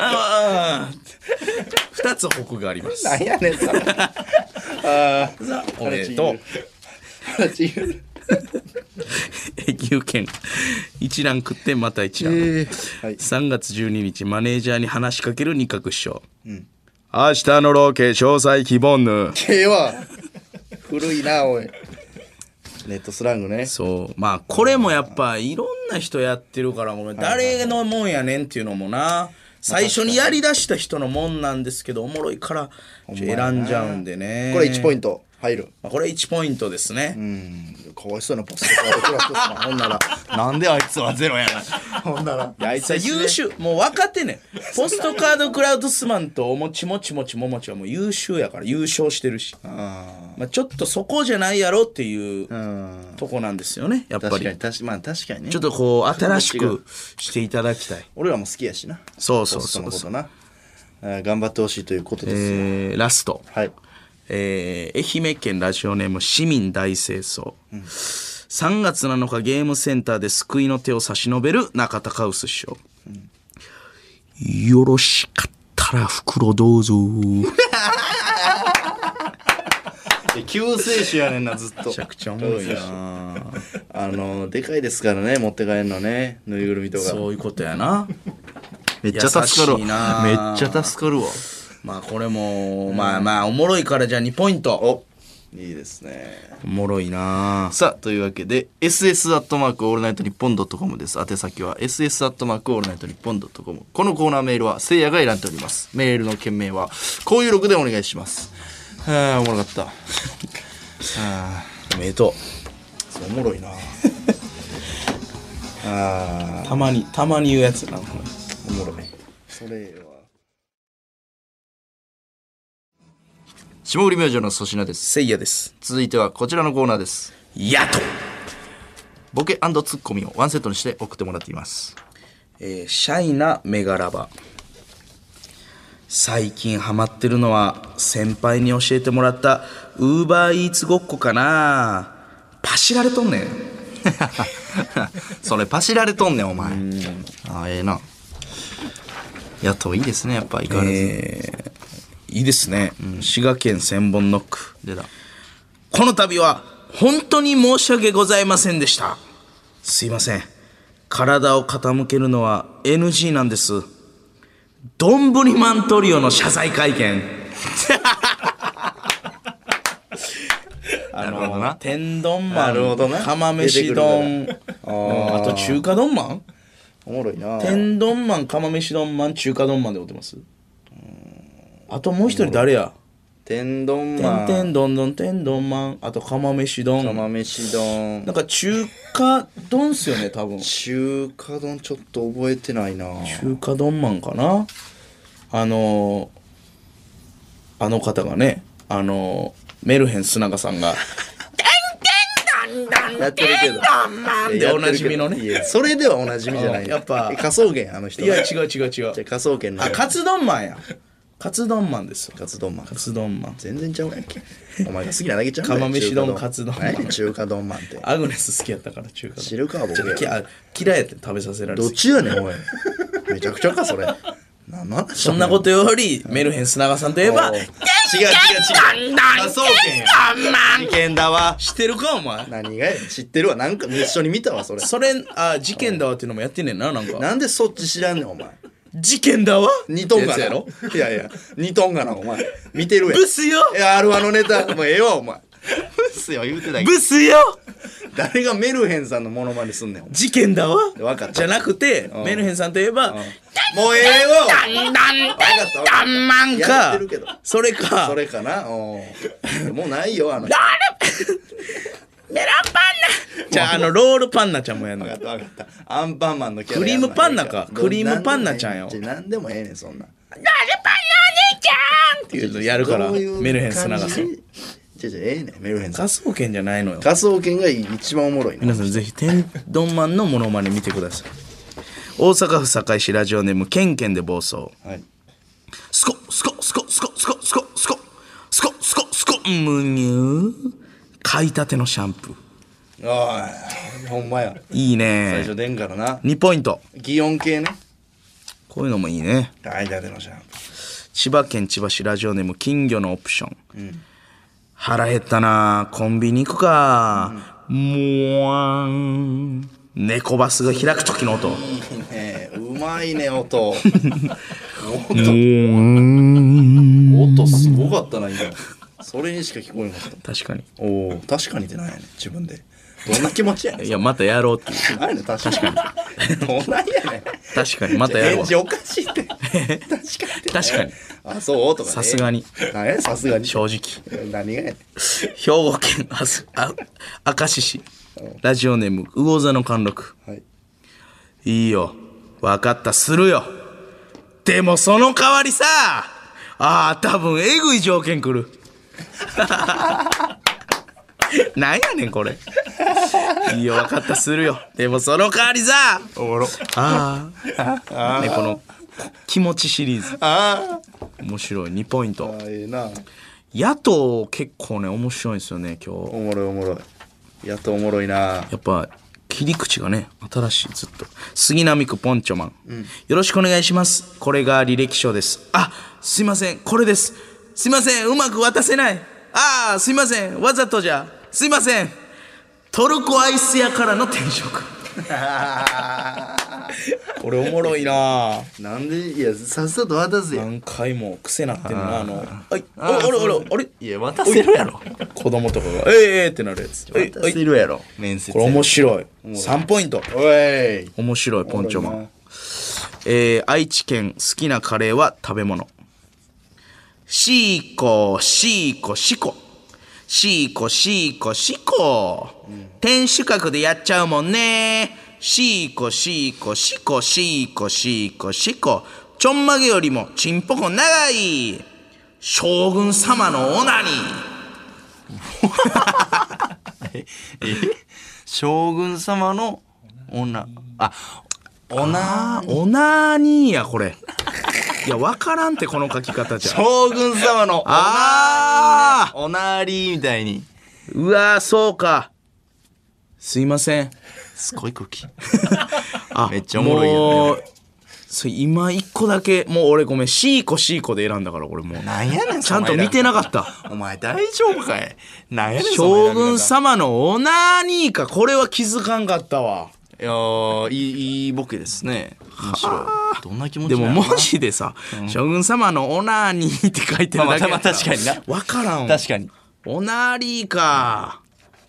S2: ああ2つ報告があります
S1: 何やねんそれ
S2: さあおめでとう
S1: 腹ちぎれる
S2: え永久券一覧食ってまた一覧、
S1: はい
S2: 3月12日マネージャーに話しかける二角師匠、明日のロケ詳細希望ぬ
S1: 系は古いなおいネットスラングね
S2: そうまあこれもやっぱいろんな人やってるから俺誰のもんやねんっていうのもな最初にやりだした人のもんなんですけどおもろいからちょ選んじゃうんでね
S1: これ1ポイ
S2: ント
S1: ント入る
S2: これ1ポイントですね、
S1: かわいそうなボスとか俺らとさほんならなんであいつはゼロやなほんなら
S2: あいつは優秀もう分かってんねんポストカードクラウドスマンとおもちもちもちももちはもう優秀やから優勝してるしまあ、ちょっとそこじゃないやろっていう
S1: うん
S2: とこなんですよねやっぱ
S1: 確か
S2: り
S1: に確かにまあ確かにね
S2: ちょっとこう新しくしていただきたい
S1: 俺らも好きやしな
S2: そうそう
S1: ポスト
S2: そ
S1: の
S2: う
S1: こ
S2: そ
S1: と
S2: う、
S1: なあー頑張ってほしいということですよ、
S2: えーラスト
S1: はい
S2: えー愛媛県ラジオネーム市民大清掃、3月7日ゲームセンターで救いの手を差し伸べる中田カウス師匠、よろしかったら袋どうぞめ
S1: で救世主 やねんなずっとあのでかいですからね持って帰るのねぬいぐるみとか
S2: そういうことやな
S1: めっ
S2: ちゃ助かるわめっちゃ
S1: 助かるわ
S2: まあこれも、まあまあおもろいからじゃあ2ポイント
S1: おいいですね
S2: おもろいな
S1: さあというわけで SS アットマークオールナイトニッポンドットコムです宛先は SS アットマークオールナイトニッポンドットコムこのコーナーメールはせいやが選んでおりますメールの件名はこういう録でお願いしますはあおもろかったはあ
S2: おめでと
S1: おもろいなあ
S2: うたまにたまに言うやつなこれ
S1: ーおもろいそれは下降り明星の粗品です
S2: せいやです
S1: 続いてはこちらのコーナーです
S2: やと
S1: ボケツッコミをワンセットにして送ってもらっています
S2: えーシャイなメガラバ最近ハマってるのは先輩に教えてもらったウーバーイーツごっこかなパシられとんねん
S1: それパシられとんねんお前ああええなやっといいですねやっぱ相変わらず、
S2: いいですね、滋賀県千本ノック
S1: 出た
S2: この度は本当に申し訳ございませんでしたすいません体を傾けるのは NG なんですどんぶりマントリオの謝罪会見あ
S1: なるほどな
S2: 天丼マ
S1: な
S2: ン
S1: るほどな
S2: 釜飯丼ああと中華丼マン
S1: おもろいな
S2: 天丼マン釜飯丼マン中華丼マンで追ってますあともう一人誰や
S1: 天丼
S2: てん
S1: マ
S2: て
S1: ン
S2: んどんどんてんどんマンあと釜飯丼
S1: 釜飯丼
S2: なんか中華丼っすよね多分
S1: 中華丼ちょっと覚えてないな
S2: 中華丼マンかなあのー、あの方がねあのー、メルヘン須永さんが
S1: やってるけど
S2: ンでおなじみのね
S1: いやそれではおなじみじゃな
S2: う
S1: い
S2: んやっぱ
S1: 科捜研あの人
S2: いや違う違う違う
S1: じゃあ科捜研の
S2: あカツ丼マンやカツ丼マンですよ
S1: カツ丼マン
S2: カツ丼マン
S1: 全然ちゃうやんけお前が好きなだけちゃう
S2: 釜飯丼カツ丼マン
S1: マン中華丼マンって
S2: アグネス好きやったから中華
S1: 知
S2: 丼
S1: るか僕
S2: ちょっときあ嫌いやって食べさせられ
S1: どってちやねんおいめちゃくちゃかそれ何の話
S2: そんな
S1: と
S2: ことよりメルヘン須永さんといえば
S1: 違う違う違う科捜研や事件だわ
S2: 知ってるかお前
S1: 何がや知ってるわなんか一緒に見たわそれ
S2: それあ事件だわっていうのもやってんねんななんか
S1: なんでそっち知らんねんお前
S2: 事件だわ
S1: 二トン
S2: って
S1: ガ
S2: つ
S1: ナ
S2: やろ
S1: いやいや二トンガナお前見てるやん
S2: ブスよ
S1: いや R1 のネタもうええわお前ブスよ言うてない
S2: ブスよ
S1: 誰がメルヘンさんのモノマネすんねんお前
S2: 事件だわ
S1: わかった
S2: じゃなくてメルヘンさんといえば
S1: もうええわ
S2: 「だんだん
S1: かったわかった
S2: マン
S1: やっ
S2: か
S1: てるけど
S2: それか
S1: それかなおーもうないよあの人
S2: あれメランパンナじゃああのロールパンナちゃんもやんの
S1: 分かった分かったアンパンマンのキャラ
S2: クリームパンナか
S1: やんな
S2: クリームパンナちゃんよ
S1: どなんでもええねんそんな
S2: っていうのやるから
S1: どういう
S2: メルヘン須永さ
S1: 感
S2: ん
S1: じじゃじゃええねんメルヘンさ
S2: 科
S1: ん
S2: 捜研じゃないのよ
S1: 科捜研が一番おもろいな
S2: 皆さんぜひ天丼マンのモノマネ見てください大阪府堺市ラジオネームケンケンで暴走
S1: はい
S2: スコスコスコスコスコスコスコスコスコスコむにゅー買いたてのシャンプー
S1: おいほんまや
S2: いい
S1: 最
S2: ね
S1: 初出んからな
S2: 2ポイント
S1: 擬音系ね
S2: こういうのもいいね
S1: 間でのシャン
S2: 千葉県千葉市ラジオネーム金魚のオプション、腹減ったなコンビニ行くか、もわん猫バスが開く時の音も
S1: ねえうまいね音
S2: わん
S1: 音すごかったな今それにしか聞こえなかった
S2: 確かに
S1: おお確かにってなんやねん自分でどんな気持ちやねん
S2: いやまたやろうっていう
S1: 何やねん確かにどないやねん
S2: 確かにまたや
S1: 返
S2: ろう
S1: 事おかしいって確かにって
S2: 確かに
S1: あそうとかね
S2: さすがに
S1: 何やねんさすがに
S2: 正直
S1: 何がやねん
S2: 兵庫県あすあ明石市ラジオネーム魚座の貫禄
S1: はい
S2: いいよ分かったするよでもその代わりさああ多分えぐい条件くる なんやねんこれいいよ分かったするよでもその代わりさ
S1: おもろ
S2: ああねこの気持ちシリーズ
S1: あー
S2: 面白い2ポイント
S1: あーええな
S2: 野党結構ね面白いんですよね今日
S1: おもろいおもろいやっとおもろいな
S2: やっぱ切り口がね新しいずっと杉並区ポンチョマン、よろしくお願いしますこれが履歴書ですあすいませんこれですすいませんうまく渡せないあーすいませんわざとじゃすいませんトルコアイス屋からの転職 これおもろいな
S1: なんでいやさっさと渡せや
S2: 何回も癖なってんなあのあい
S1: あ
S2: あれあれ
S1: そう
S2: あれ
S1: いや渡せるやろ
S2: 子供とかが「ええええってなるやつえい
S1: 渡
S2: おい
S1: せるやろ面接
S2: これ面白い3ポイント
S1: おい
S2: 面白いポンチョマンえー愛知県好きなカレーは食べ物シーコシーコシコシーコシーコシコ、天守閣でやっちゃうもんねシーコシーコシコシーコシーコシコちょんまげよりもちんぽこ長い将軍様のオナニー
S1: 将軍様の女あ女
S2: オナニーやこれいやわからんってこの書き方じゃ
S1: 将軍様の
S2: あー
S1: おなりみたいに
S2: うわーそうかすいません
S1: すごい空気
S2: あ
S1: めっちゃおもろいやん
S2: もうそれ今一個だけもう俺ごめんシーコシーコで選んだから俺もう
S1: なんやねん
S2: ちゃんと見てなかった
S1: お前大丈夫かいなんやねんその
S2: 将
S1: 選び方
S2: 軍様のオナニーかこれは気づかんかったわ
S1: いやーいいいいボケですねむしろどんな気持ち
S2: でも
S1: なんやろな
S2: 文字でさ「将軍様のオナニー」って書いてるだけ
S1: まあ
S2: や
S1: まあ確かにな
S2: 分からんわ
S1: 確かに
S2: オナリーか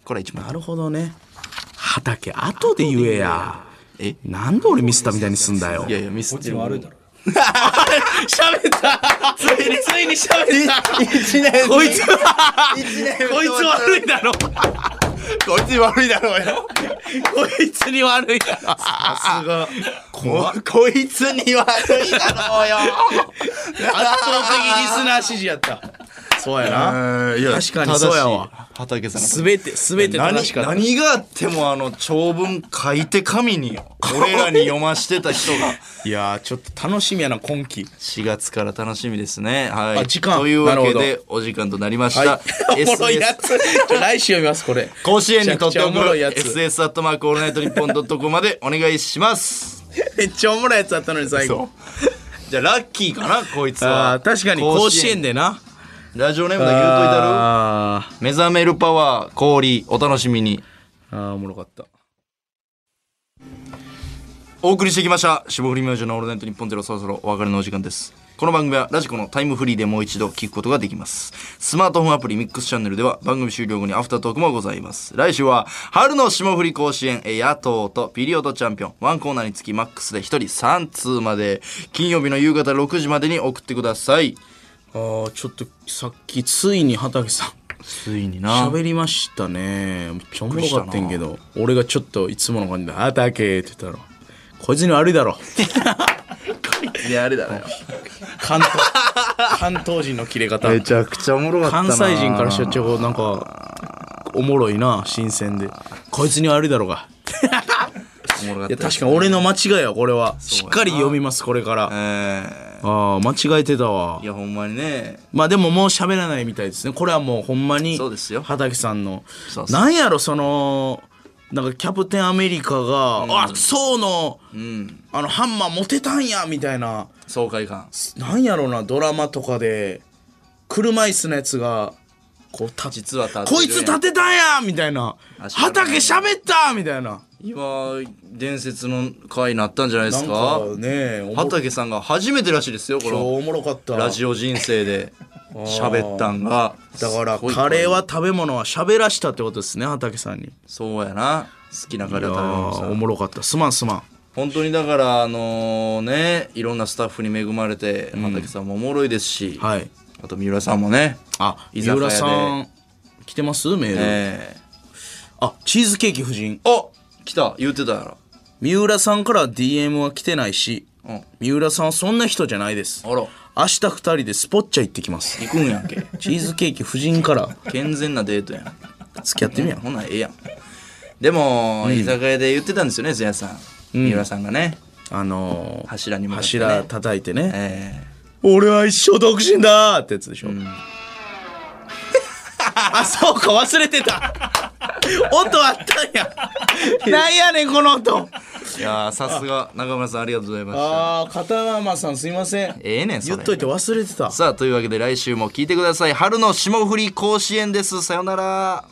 S1: これ一枚
S2: なるほどね畑後で言えや
S1: え
S2: なんで俺ミスったみたいにすんだよ
S1: いやいやミスってる
S3: 悪いだろ
S2: 喋ったついについに喋った
S1: 一年
S2: こ いつは
S1: 一年
S2: こいつ悪いだろ
S1: こいつ悪いだろうよ
S2: こいつに悪いだろ
S1: さすがここいつに悪いだろうよ
S2: 圧倒的リスナー支持やったそうやな確かにそうやわ
S1: 畑さんの
S2: 全て全て正しかった
S1: 何何があってもあの長文書いて紙に俺らに読ましてた人が
S2: いやーちょっと楽しみやな今期
S1: 4月から楽しみですねはい
S2: あ時間
S1: というわけ
S2: なる
S1: でお時間となりました、
S2: はい おもろいや
S1: SS
S2: つ ちょ来週読みますこれ
S1: 甲子園にとってお
S2: めちゃくちゃおも
S1: く
S2: ろいやつ
S1: SS アットマークオールナイトニッポンドットコムまでお願いします
S2: めっちゃおもろいやつあったのに最後
S1: じゃあラッキーかなこいつ
S2: あ
S1: は
S2: ー確かに甲子園
S1: で
S2: でな
S1: ラジオネームだけ言うといたる
S2: あー
S1: 目覚めるパワー氷お楽しみに
S2: あーおもろかった
S1: お送りしてきました霜降り明星のオールナイトニッポンゼロそろそろお別れのお時間ですこの番組はラジコのタイムフリーでもう一度聞くことができますスマートフォンアプリミックスチャンネルでは番組終了後にアフタートークもございます来週は春の霜降り甲子園え野党とピリオドチャンピオンワンコーナーにつきマックスで1人3通まで金曜日の夕方6時までに送ってください
S2: あーちょっとさっきついに畑さん
S1: ついにな
S2: 喋りましたねめっちゃおもろかったんけど俺がちょっといつもの感じで「あたけ」って言ったら「 こいつに悪いだろ
S1: いやあれだよ」
S2: 関東関東人の切れ方
S1: ちゃくちゃおもろか
S2: 関西人からしたらちょっとなんかおもろいな新鮮で「こいつに悪いだろ」が
S1: おもろかっ
S2: い
S1: た
S2: や確かに俺の間違いやこれはしっかり読みますこれからあ
S1: え
S2: ー間違えてたわ
S1: ーいやほんまにね
S2: まあでももう喋らないみたいですねこれはもうほんまに
S1: そうですよ
S2: 畑さんの
S1: そうそう
S2: なんやろそのなんかキャプテンアメリカが「あそうの、
S1: うん
S2: あのハンマー持てたんや」みたいな
S1: 爽快感
S2: なんやろなドラマとかで車椅子のやつがこうた
S1: 実は立ってる
S2: こいつ立てたんやみたいな
S1: 足軽
S2: 畑喋ったみたいな
S1: 今伝説の回になったんじゃないで
S2: なん
S1: す
S2: か
S1: か
S2: ねおもろ
S1: 畑さんが初めてらしいですよこの
S2: おもろかった
S1: ラジオ人生 で喋ったんが
S2: だから
S1: すごい
S2: カレーは食べ物は喋らしたってことですね畑さんに
S1: そうやな好きなカレーを食べました
S2: おもろかったすまんすまん
S1: 本当にだからあのねいろんなスタッフに恵まれて畑さんもおもろいですし、
S2: はい
S1: あと三浦さんもね
S2: あ
S1: 居酒
S2: 三
S1: 屋で
S2: 浦さん来てますメール、
S1: え
S2: あチーズケーキ夫人
S1: えあ来た言ってたや
S2: 三浦さんからは DM は来てないし、
S1: ろうん
S2: 三浦さんはそんな人じゃないです
S1: あら
S2: 明日二人でスポッチャ行ってきます
S1: 行くんやんけ
S2: チーズケーキ夫人から
S1: 健全なデートやん
S2: 付き合ってみやん
S1: ほなええやんでも、居酒屋で言ってたんですよね津屋さん三浦さんがね、
S2: あのー、
S1: 柱に向かってね
S2: 柱叩いてね
S1: え
S2: 「俺は一生独身だ!」ってやつでしょ、 あそうか忘れてた 音あったん やなんやねんこの音
S1: えいやーさすが中村さんありがとうございました
S2: あー片山さんすいません
S1: ええねんそれ
S2: 言っといて忘れてた
S1: さあというわけで来週も聞いてください春の霜降り甲子園ですさよなら